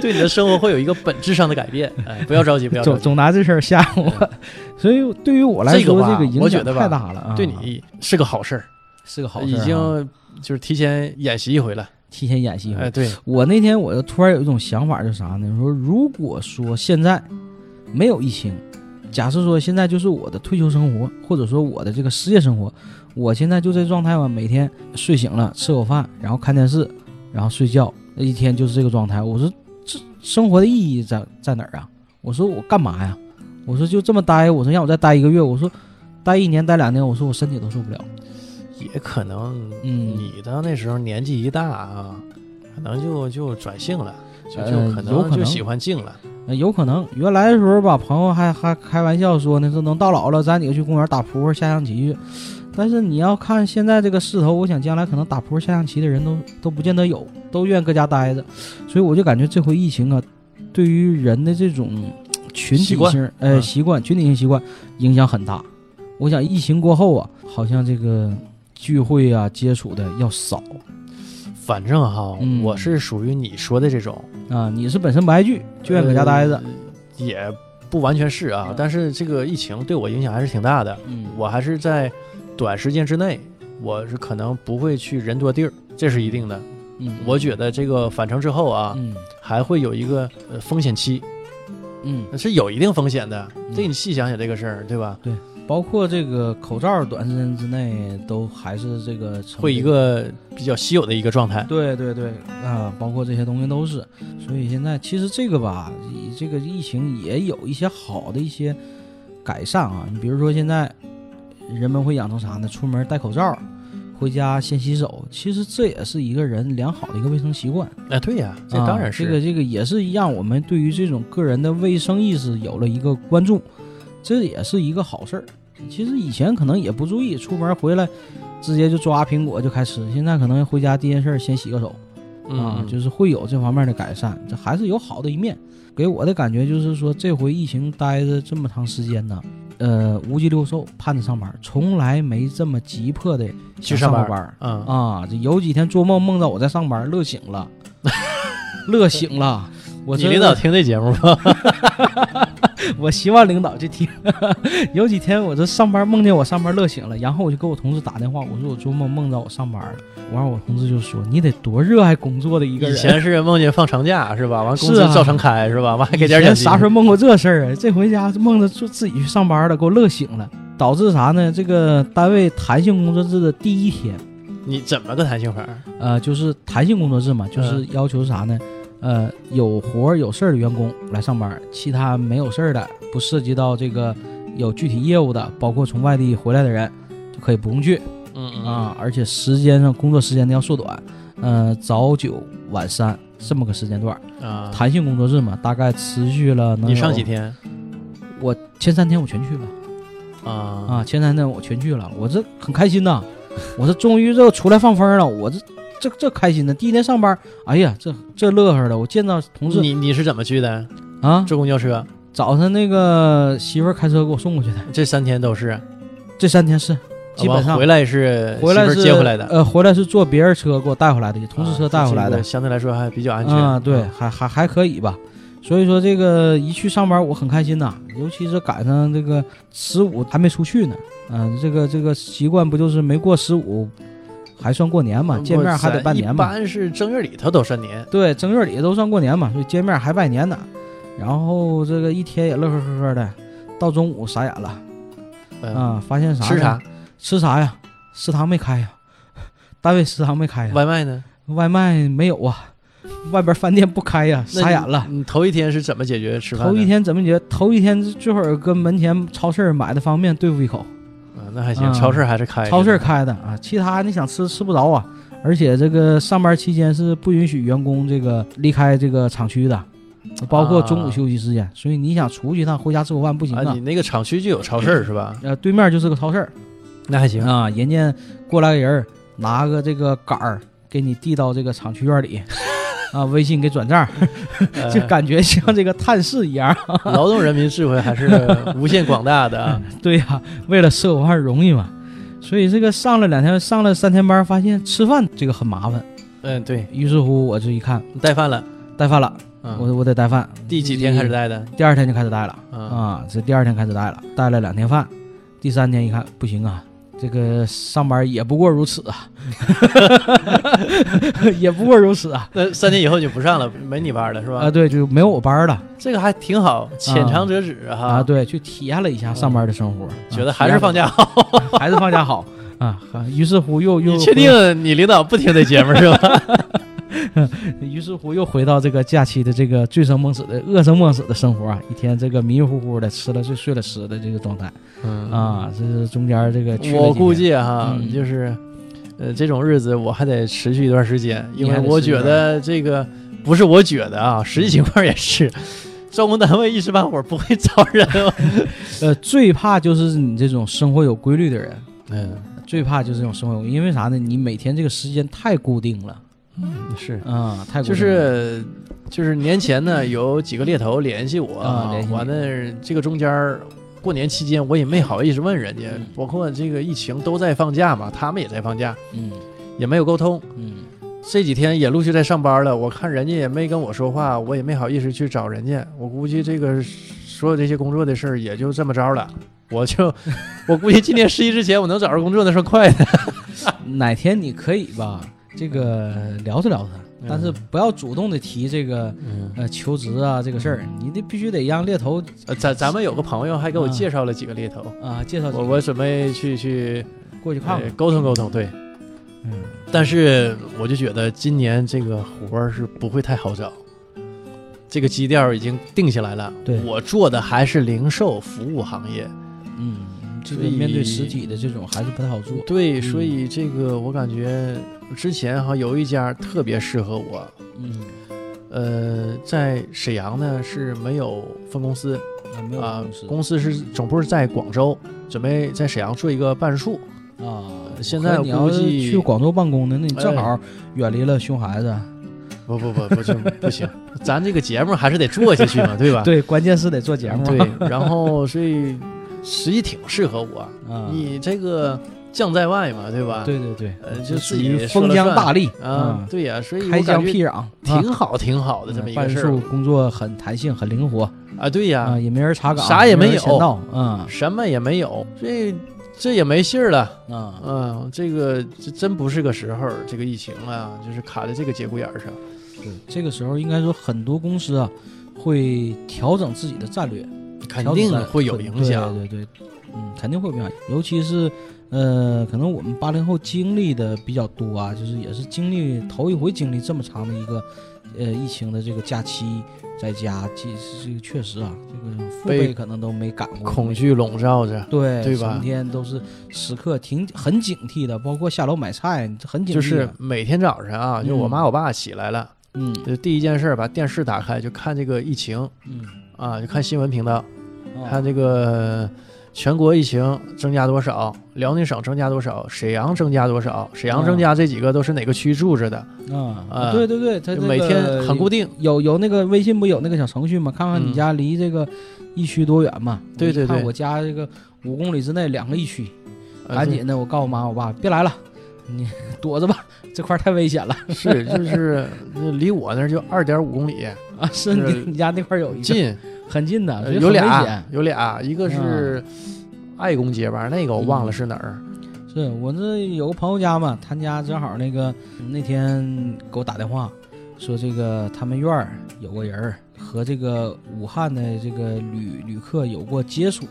对你的生活会有一个本质上的改变。哎，不要着急，不要着
总
急。
总拿这事儿吓唬我。所以对于我来
嗯这个
说，
吧
这个影
我觉
响
得
太
吧
大了啊。
对你是个好事儿，
是个好事
已
儿啊，
经就是提前演习一回了。
提前演习。
哎，对，
我那天我就突然有一种想法，就是啥呢？说如果说现在没有疫情，假设说现在就是我的退休生活，或者说我的这个失业生活，我现在就这状态嘛，每天睡醒了吃口饭，然后看电视，然后睡觉，一天就是这个状态。我说这生活的意义在在哪儿啊？我说我干嘛呀？我说就这么待，我说让我再待一个月，我说待一年待两年，我说我身体都受不了。
也可能
嗯
你到那时候年纪一大啊，可能就就转性了，就
呃
就可
有可
能
能
就喜欢静了。
呃，有可能原来的时候吧，朋友还还开玩笑说呢，说能到老了，咱几个去公园打扑克、下象棋去。但是你要看现在这个势头，我想将来可能打扑克、下象棋的人都都不见得有，都愿意搁家待着。所以我就感觉这回疫情啊，对于人的这种呃群体
习惯
性呃
嗯
习惯、群体性习惯影响很大。我想疫情过后啊，好像这个聚会啊、接触的要少
反正哈，
嗯
我是属于你说的这种，
啊。你是本身不爱聚，就愿意搁家待着。
呃也不完全是啊
嗯。
但是这个疫情对我影响还是挺大的，
嗯，
我还是在短时间之内，我是可能不会去人多地儿，这是一定的。
嗯
我觉得这个返程之后啊，
嗯
还会有一个呃风险期，
嗯。
是有一定风险的。这你细想想这个事儿，对吧？
包括这个口罩，短时间之内都还是这个成
会一个比较稀有的一个状态。
对对对啊，包括这些东西都是，所以现在其实这个吧，以这个疫情也有一些好的一些改善啊。你比如说现在人们会养成啥呢？出门戴口罩，回家先洗手，其实这也是一个人良好的一个卫生习惯。
哎，对呀、这
啊
当然是。
这个这个也是让我们对于这种个人的卫生意识有了一个关注，这也是一个好事儿。其实以前可能也不注意，出门回来直接就抓苹果就开吃，现在可能回家第一件事儿先洗个手啊
嗯，，
就是会有这方面的改善，这还是有好的一面。给我的感觉就是说，这回疫情待着这么长时间呢，呃，无鸡六兽盼着上班，从来没这么急迫的
去上
上过
班
班儿。
嗯，
啊，这有几天做梦梦到我在上班，乐醒 了，乐醒了。我
你
真
领
的
导，听这节目吗？
我希望领导去听。 有几天我这上班梦见我上班乐醒了，然后我就给我同事打电话，我说我做梦梦到我上班了。完，我同事就说你得多热爱工作的一个
以
人。
前是梦见放长假是吧？完公司
是啊
照常开是吧？完还给
以
点
前
奖金。
啥时候梦过这事儿啊？这回家梦着就自己去上班了，给我乐醒了，导致啥呢？这个单位弹性工作制的第一天，
你怎么个弹性法？
呃，就是弹性工作制嘛，
嗯
就是要求啥呢？呃，有活儿有事儿的员工来上班，其他没有事儿的，不涉及到这个有具体业务的，包括从外地回来的人，就可以不用去
嗯嗯
啊。而且时间上工作时间呢要缩短，呃，早九晚三这么个时间段儿，
啊！
弹性工作制嘛，大概持续了能
你上
有
几？天
我前三天我全去了。
啊？
啊，前三天我全去了，我这很开心呐，我这终于这出来放风了，我这这这开心的，第一天上班，哎呀，这这乐呵的，我见到同事
你你是怎么去的？
啊，
坐公交车？
早上那个媳妇儿开车给我送过去的，
这三天都是，
这三天是基本
完
上
啊回来是
回
媳
来
妇
是
儿接回来的，
呃，回来是坐别人车给我带回来的，同事车带回来
啊这
的
个，相对来说还比较安全
啊，对，还还还可以吧。所以说这个一去上班我很开心呐、尤其是赶上这个十五还没出去呢，嗯、这个这个习惯不就是没过十五，还算过年嘛，见面还得拜年
一
嘛，
般是正月里头都算年。
对，正月里都算过年嘛，所以见面还拜年呢。然后这个一天也乐呵呵呵的，到中午傻眼了
嗯，
啊、发现啥？
吃啥？？
吃啥呀？食堂没开呀，单位食堂没开呀，
外卖呢？
外卖没有啊，外边饭店不开呀，
那
傻眼了。
你头一天是怎么解决吃饭的？
头一天怎么解决？头一天最后跟门前超市买的方便对付一口，
啊，那还行，
嗯
超市还是开着的。
超市开的啊，其他你想吃吃不着啊。而且这个上班期间是不允许员工这个离开这个厂区的，包括中午休息时间。所以你想出去一趟回家吃口饭不行
啊，
啊
你。那个厂区就有超市 儿是吧？
呃，对面就是个超市儿
那还行，
啊，人家过来个人儿拿个这个杆儿给你递到这个厂区 院里，啊，微信给转账，
呃
就感觉像这个探视一样。
劳动人民智慧 还是无限广大的啊。
对呀、为了吃口饭容易嘛，所以这个上了两天，上了三天班，发现吃饭这个很麻烦。
嗯，对，
于是乎，我这一看，
嗯带饭了。
带饭了，
嗯，
我我得带饭。
第几天开始？带的？
第二天就开始带了
嗯，
啊，这第二天开始带了，带了两天饭，第三天一看不行啊。这个上班也不过如此啊， 也不过如此啊
那三天以后你就不上了，没你班了是
啊！
吧？
对，就没有我班了
这个还挺好，浅尝辄止
啊！
哈。
对，去体验了一下上班的生活，
嗯觉得还是放
假，
假 好。
还是放假好啊！啊于是乎又又
啊你确定你领导不听这节目是 吧？
于是乎又回到这个假期的这个醉生梦死的饿生梦死的生活啊，一天这个迷迷糊糊的吃了睡睡了吃的这个状态
嗯
啊，这是中间这个去了
我
几
估
天
计啊哈，
嗯
就是，呃，这种日子我还得持续一段时间，因
你
为
还得
我
持续
觉得这个不是我觉得啊，实际情况也是， 招工单位一时半会儿不会招人。哦
呃最怕就是你这种生活有规律的人，
嗯，
最怕就是这种生活有，因为啥呢？你每天这个时间太固定了
是，
啊，太固
就
定了
是就是年前呢，有几个猎头联系我，
啊联系你
完了这个中间儿过年期间我也没好意思问人家
嗯，
包括这个疫情都在放假嘛，他们也在放假，
嗯
也没有沟通。
嗯
这几天也陆续在上班了，我看人家也没跟我说话，我也没好意思去找人家。我估计这个所有这些工作的事儿也就这么着了。我 就我估计今年十一之前我能找着工作那算快的。
哪天你可以吧，这个聊着聊着，但是
嗯
不要主动的提这个
嗯，
呃求职啊这个事儿，你得必须得让猎头
呃咱咱们有个朋友还给我介绍了几个猎头，
啊介绍
我我准备去去
过去看
呃
看，
沟通沟通。对，
嗯。
但是我就觉得今年这个活儿是不会太好找，这个基调已经定下来了。
对
我做的还是零售服务行业。
嗯，这个
所以
面对实体的这种还是不太好做。
对，
嗯
所以这个我感觉之前哈有一家特别适合我，
嗯，
呃，在沈阳呢是没有分公司
啊，没有
啊、
公司
公司是总部是在广州，准备在沈阳做一个办事处。
啊。
现在
可你要
估计哎啊
是去广州办公的，那你正好远离了熊孩子。
不不不不行不行， 咱这个节目还是得做下去嘛，对吧？
对，关键是得做节目。
嗯 对，然后所以实际挺适合我，
啊，
你这个将在外嘛，对吧？，
对对对，
呃，就
属
自己
于
说
封
了
疆
算
大吏
啊，，对呀、所以
开
我
疆
感觉
辟壤，啊
挺好挺好的这么一个
办
事
事
儿
处工作很弹性，很灵活
啊，对呀、
啊，也没人查岗，
啥也没有
人闲到啊
什么也没有，这这也没信儿了。
啊。
嗯，这个这真不是个时候儿，这个疫情啊，就是卡在这个节骨眼儿上。
对，这个时候应该说很多公司啊会调整自己的战略。
肯
调整
定
在
会有
对
影响。
对对对，嗯，肯定会有影响，尤其是呃，可能我们八零后经历的比较多啊，就是也是经历头一回经历这么长的一个呃疫情的这个假期在家，这这个确实啊，这个父
被
辈可能都没赶过
恐。惧笼罩着，
对，
对吧
成天都是时刻挺很警惕的，包括下楼买菜，很警惕的。
就是每天早上啊，就我妈
嗯
我爸起来了，
嗯
就第一件事儿把电视打开，就看这个疫情
嗯，
啊，就看新闻频道，
哦
看这个全国疫情增加多少，辽宁省增加多少，沈阳增加多少，沈阳增
哦
加这几个都是哪个区住着的，
啊
啊，
对对对，他
就每天很固定。
有有那个微信不有那个小程序吗？看看你
嗯
家离这个疫区多远嘛？
对
我一
对
看
对
我家这个五公里之内两个疫区，
呃
赶紧的，我告诉我妈我爸别来了，你 躲着吧，这块儿太危险了
是， 就是那离我那儿就二点五公里，
啊！是你
是
你家那块儿有一个
近，
很近的，
呃
所以
有
很危
俩
险。嗯
有俩，一个是爱公街吧，那个我忘了是哪儿。
是我这有个朋友家嘛，他家正好那个那天给我打电话说，这个他们院儿有个人儿和这个武汉的这个旅旅客有过接触。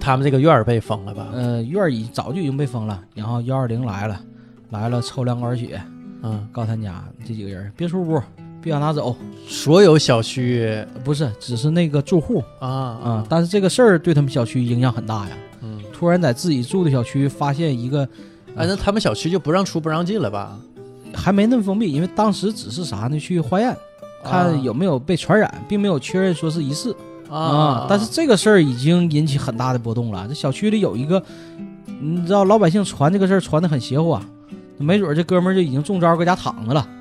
他们这个院儿被封了吧？
呃，院儿已早就已经被封了，然后幺二零来了，来了抽两管血，
嗯，
告诉他家这几个人别出屋，别往哪走，
所有小区
不是，只是那个住户
啊
啊、
啊，
但是这个事儿对他们小区影响很大呀。
嗯，
突然在自己住的小区发现一个，
哎，那他们小区就不让出不让进了吧？
还没那么封闭，因为当时只是啥呢？去化验，看有没有被传染，并没有确认说是疑似
啊，
但是这个事儿已经引起很大的波动了。这小区里有一个，你知道老百姓传这个事儿传的很邪乎啊，没准儿这哥们儿就已经中招搁家躺着了。
嗯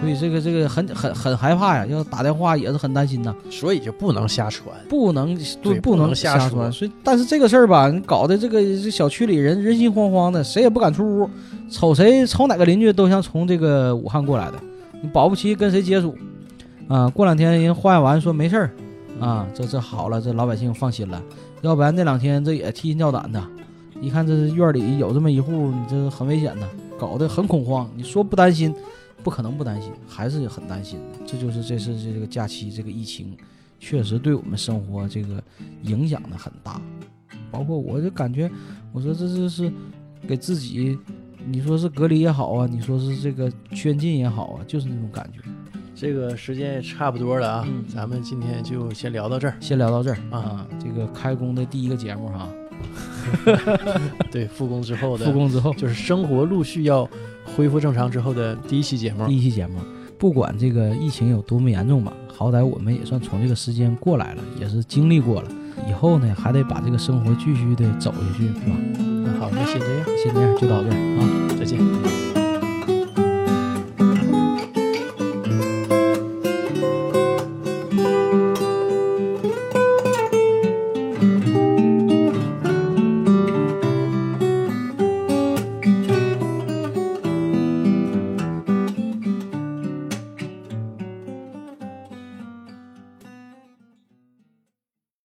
所以这个这个很很很害怕呀，要打电话也是很担心呐，
所以就不能瞎传。
不能
对
不
不能瞎
瞎
说
传。所以，但是这个事儿吧，你搞得这个这小区里人人心惶惶的，谁也不敢出屋，瞅谁瞅哪个邻居都像从这个武汉过来的，你保不齐跟谁接触啊。过两天人化验完说没事儿
嗯
啊，这这好了，这老百姓放心了，要不然那两天这也提心吊胆的。一看这院里有这么一户，你这很危险的，搞得很恐慌。你说不担心？不可能不担心，还是很担心的。这就是这次这个假期这个疫情，确实对我们生活这个影响的很大。包括我就感觉，我说这这是给自己，你说是隔离也好啊，你说是这个圈禁也好啊，就是那种感觉。
这个时间也差不多了啊，
嗯
咱们今天就先聊到这儿。
先聊到这儿
啊
啊，这个开工的第一个节目哈，
对，复工之后的
复工之后
就是生活陆续要恢复正常之后的第一期节目。
第一期节目，不管这个疫情有多么严重吧，好歹我们也算从这个时间过来了，也是经历过了。以后呢，还得把这个生活继续的走下去，是吧？
嗯那好，那先这样，
先这样，就到这儿啊。
再见。
拜拜。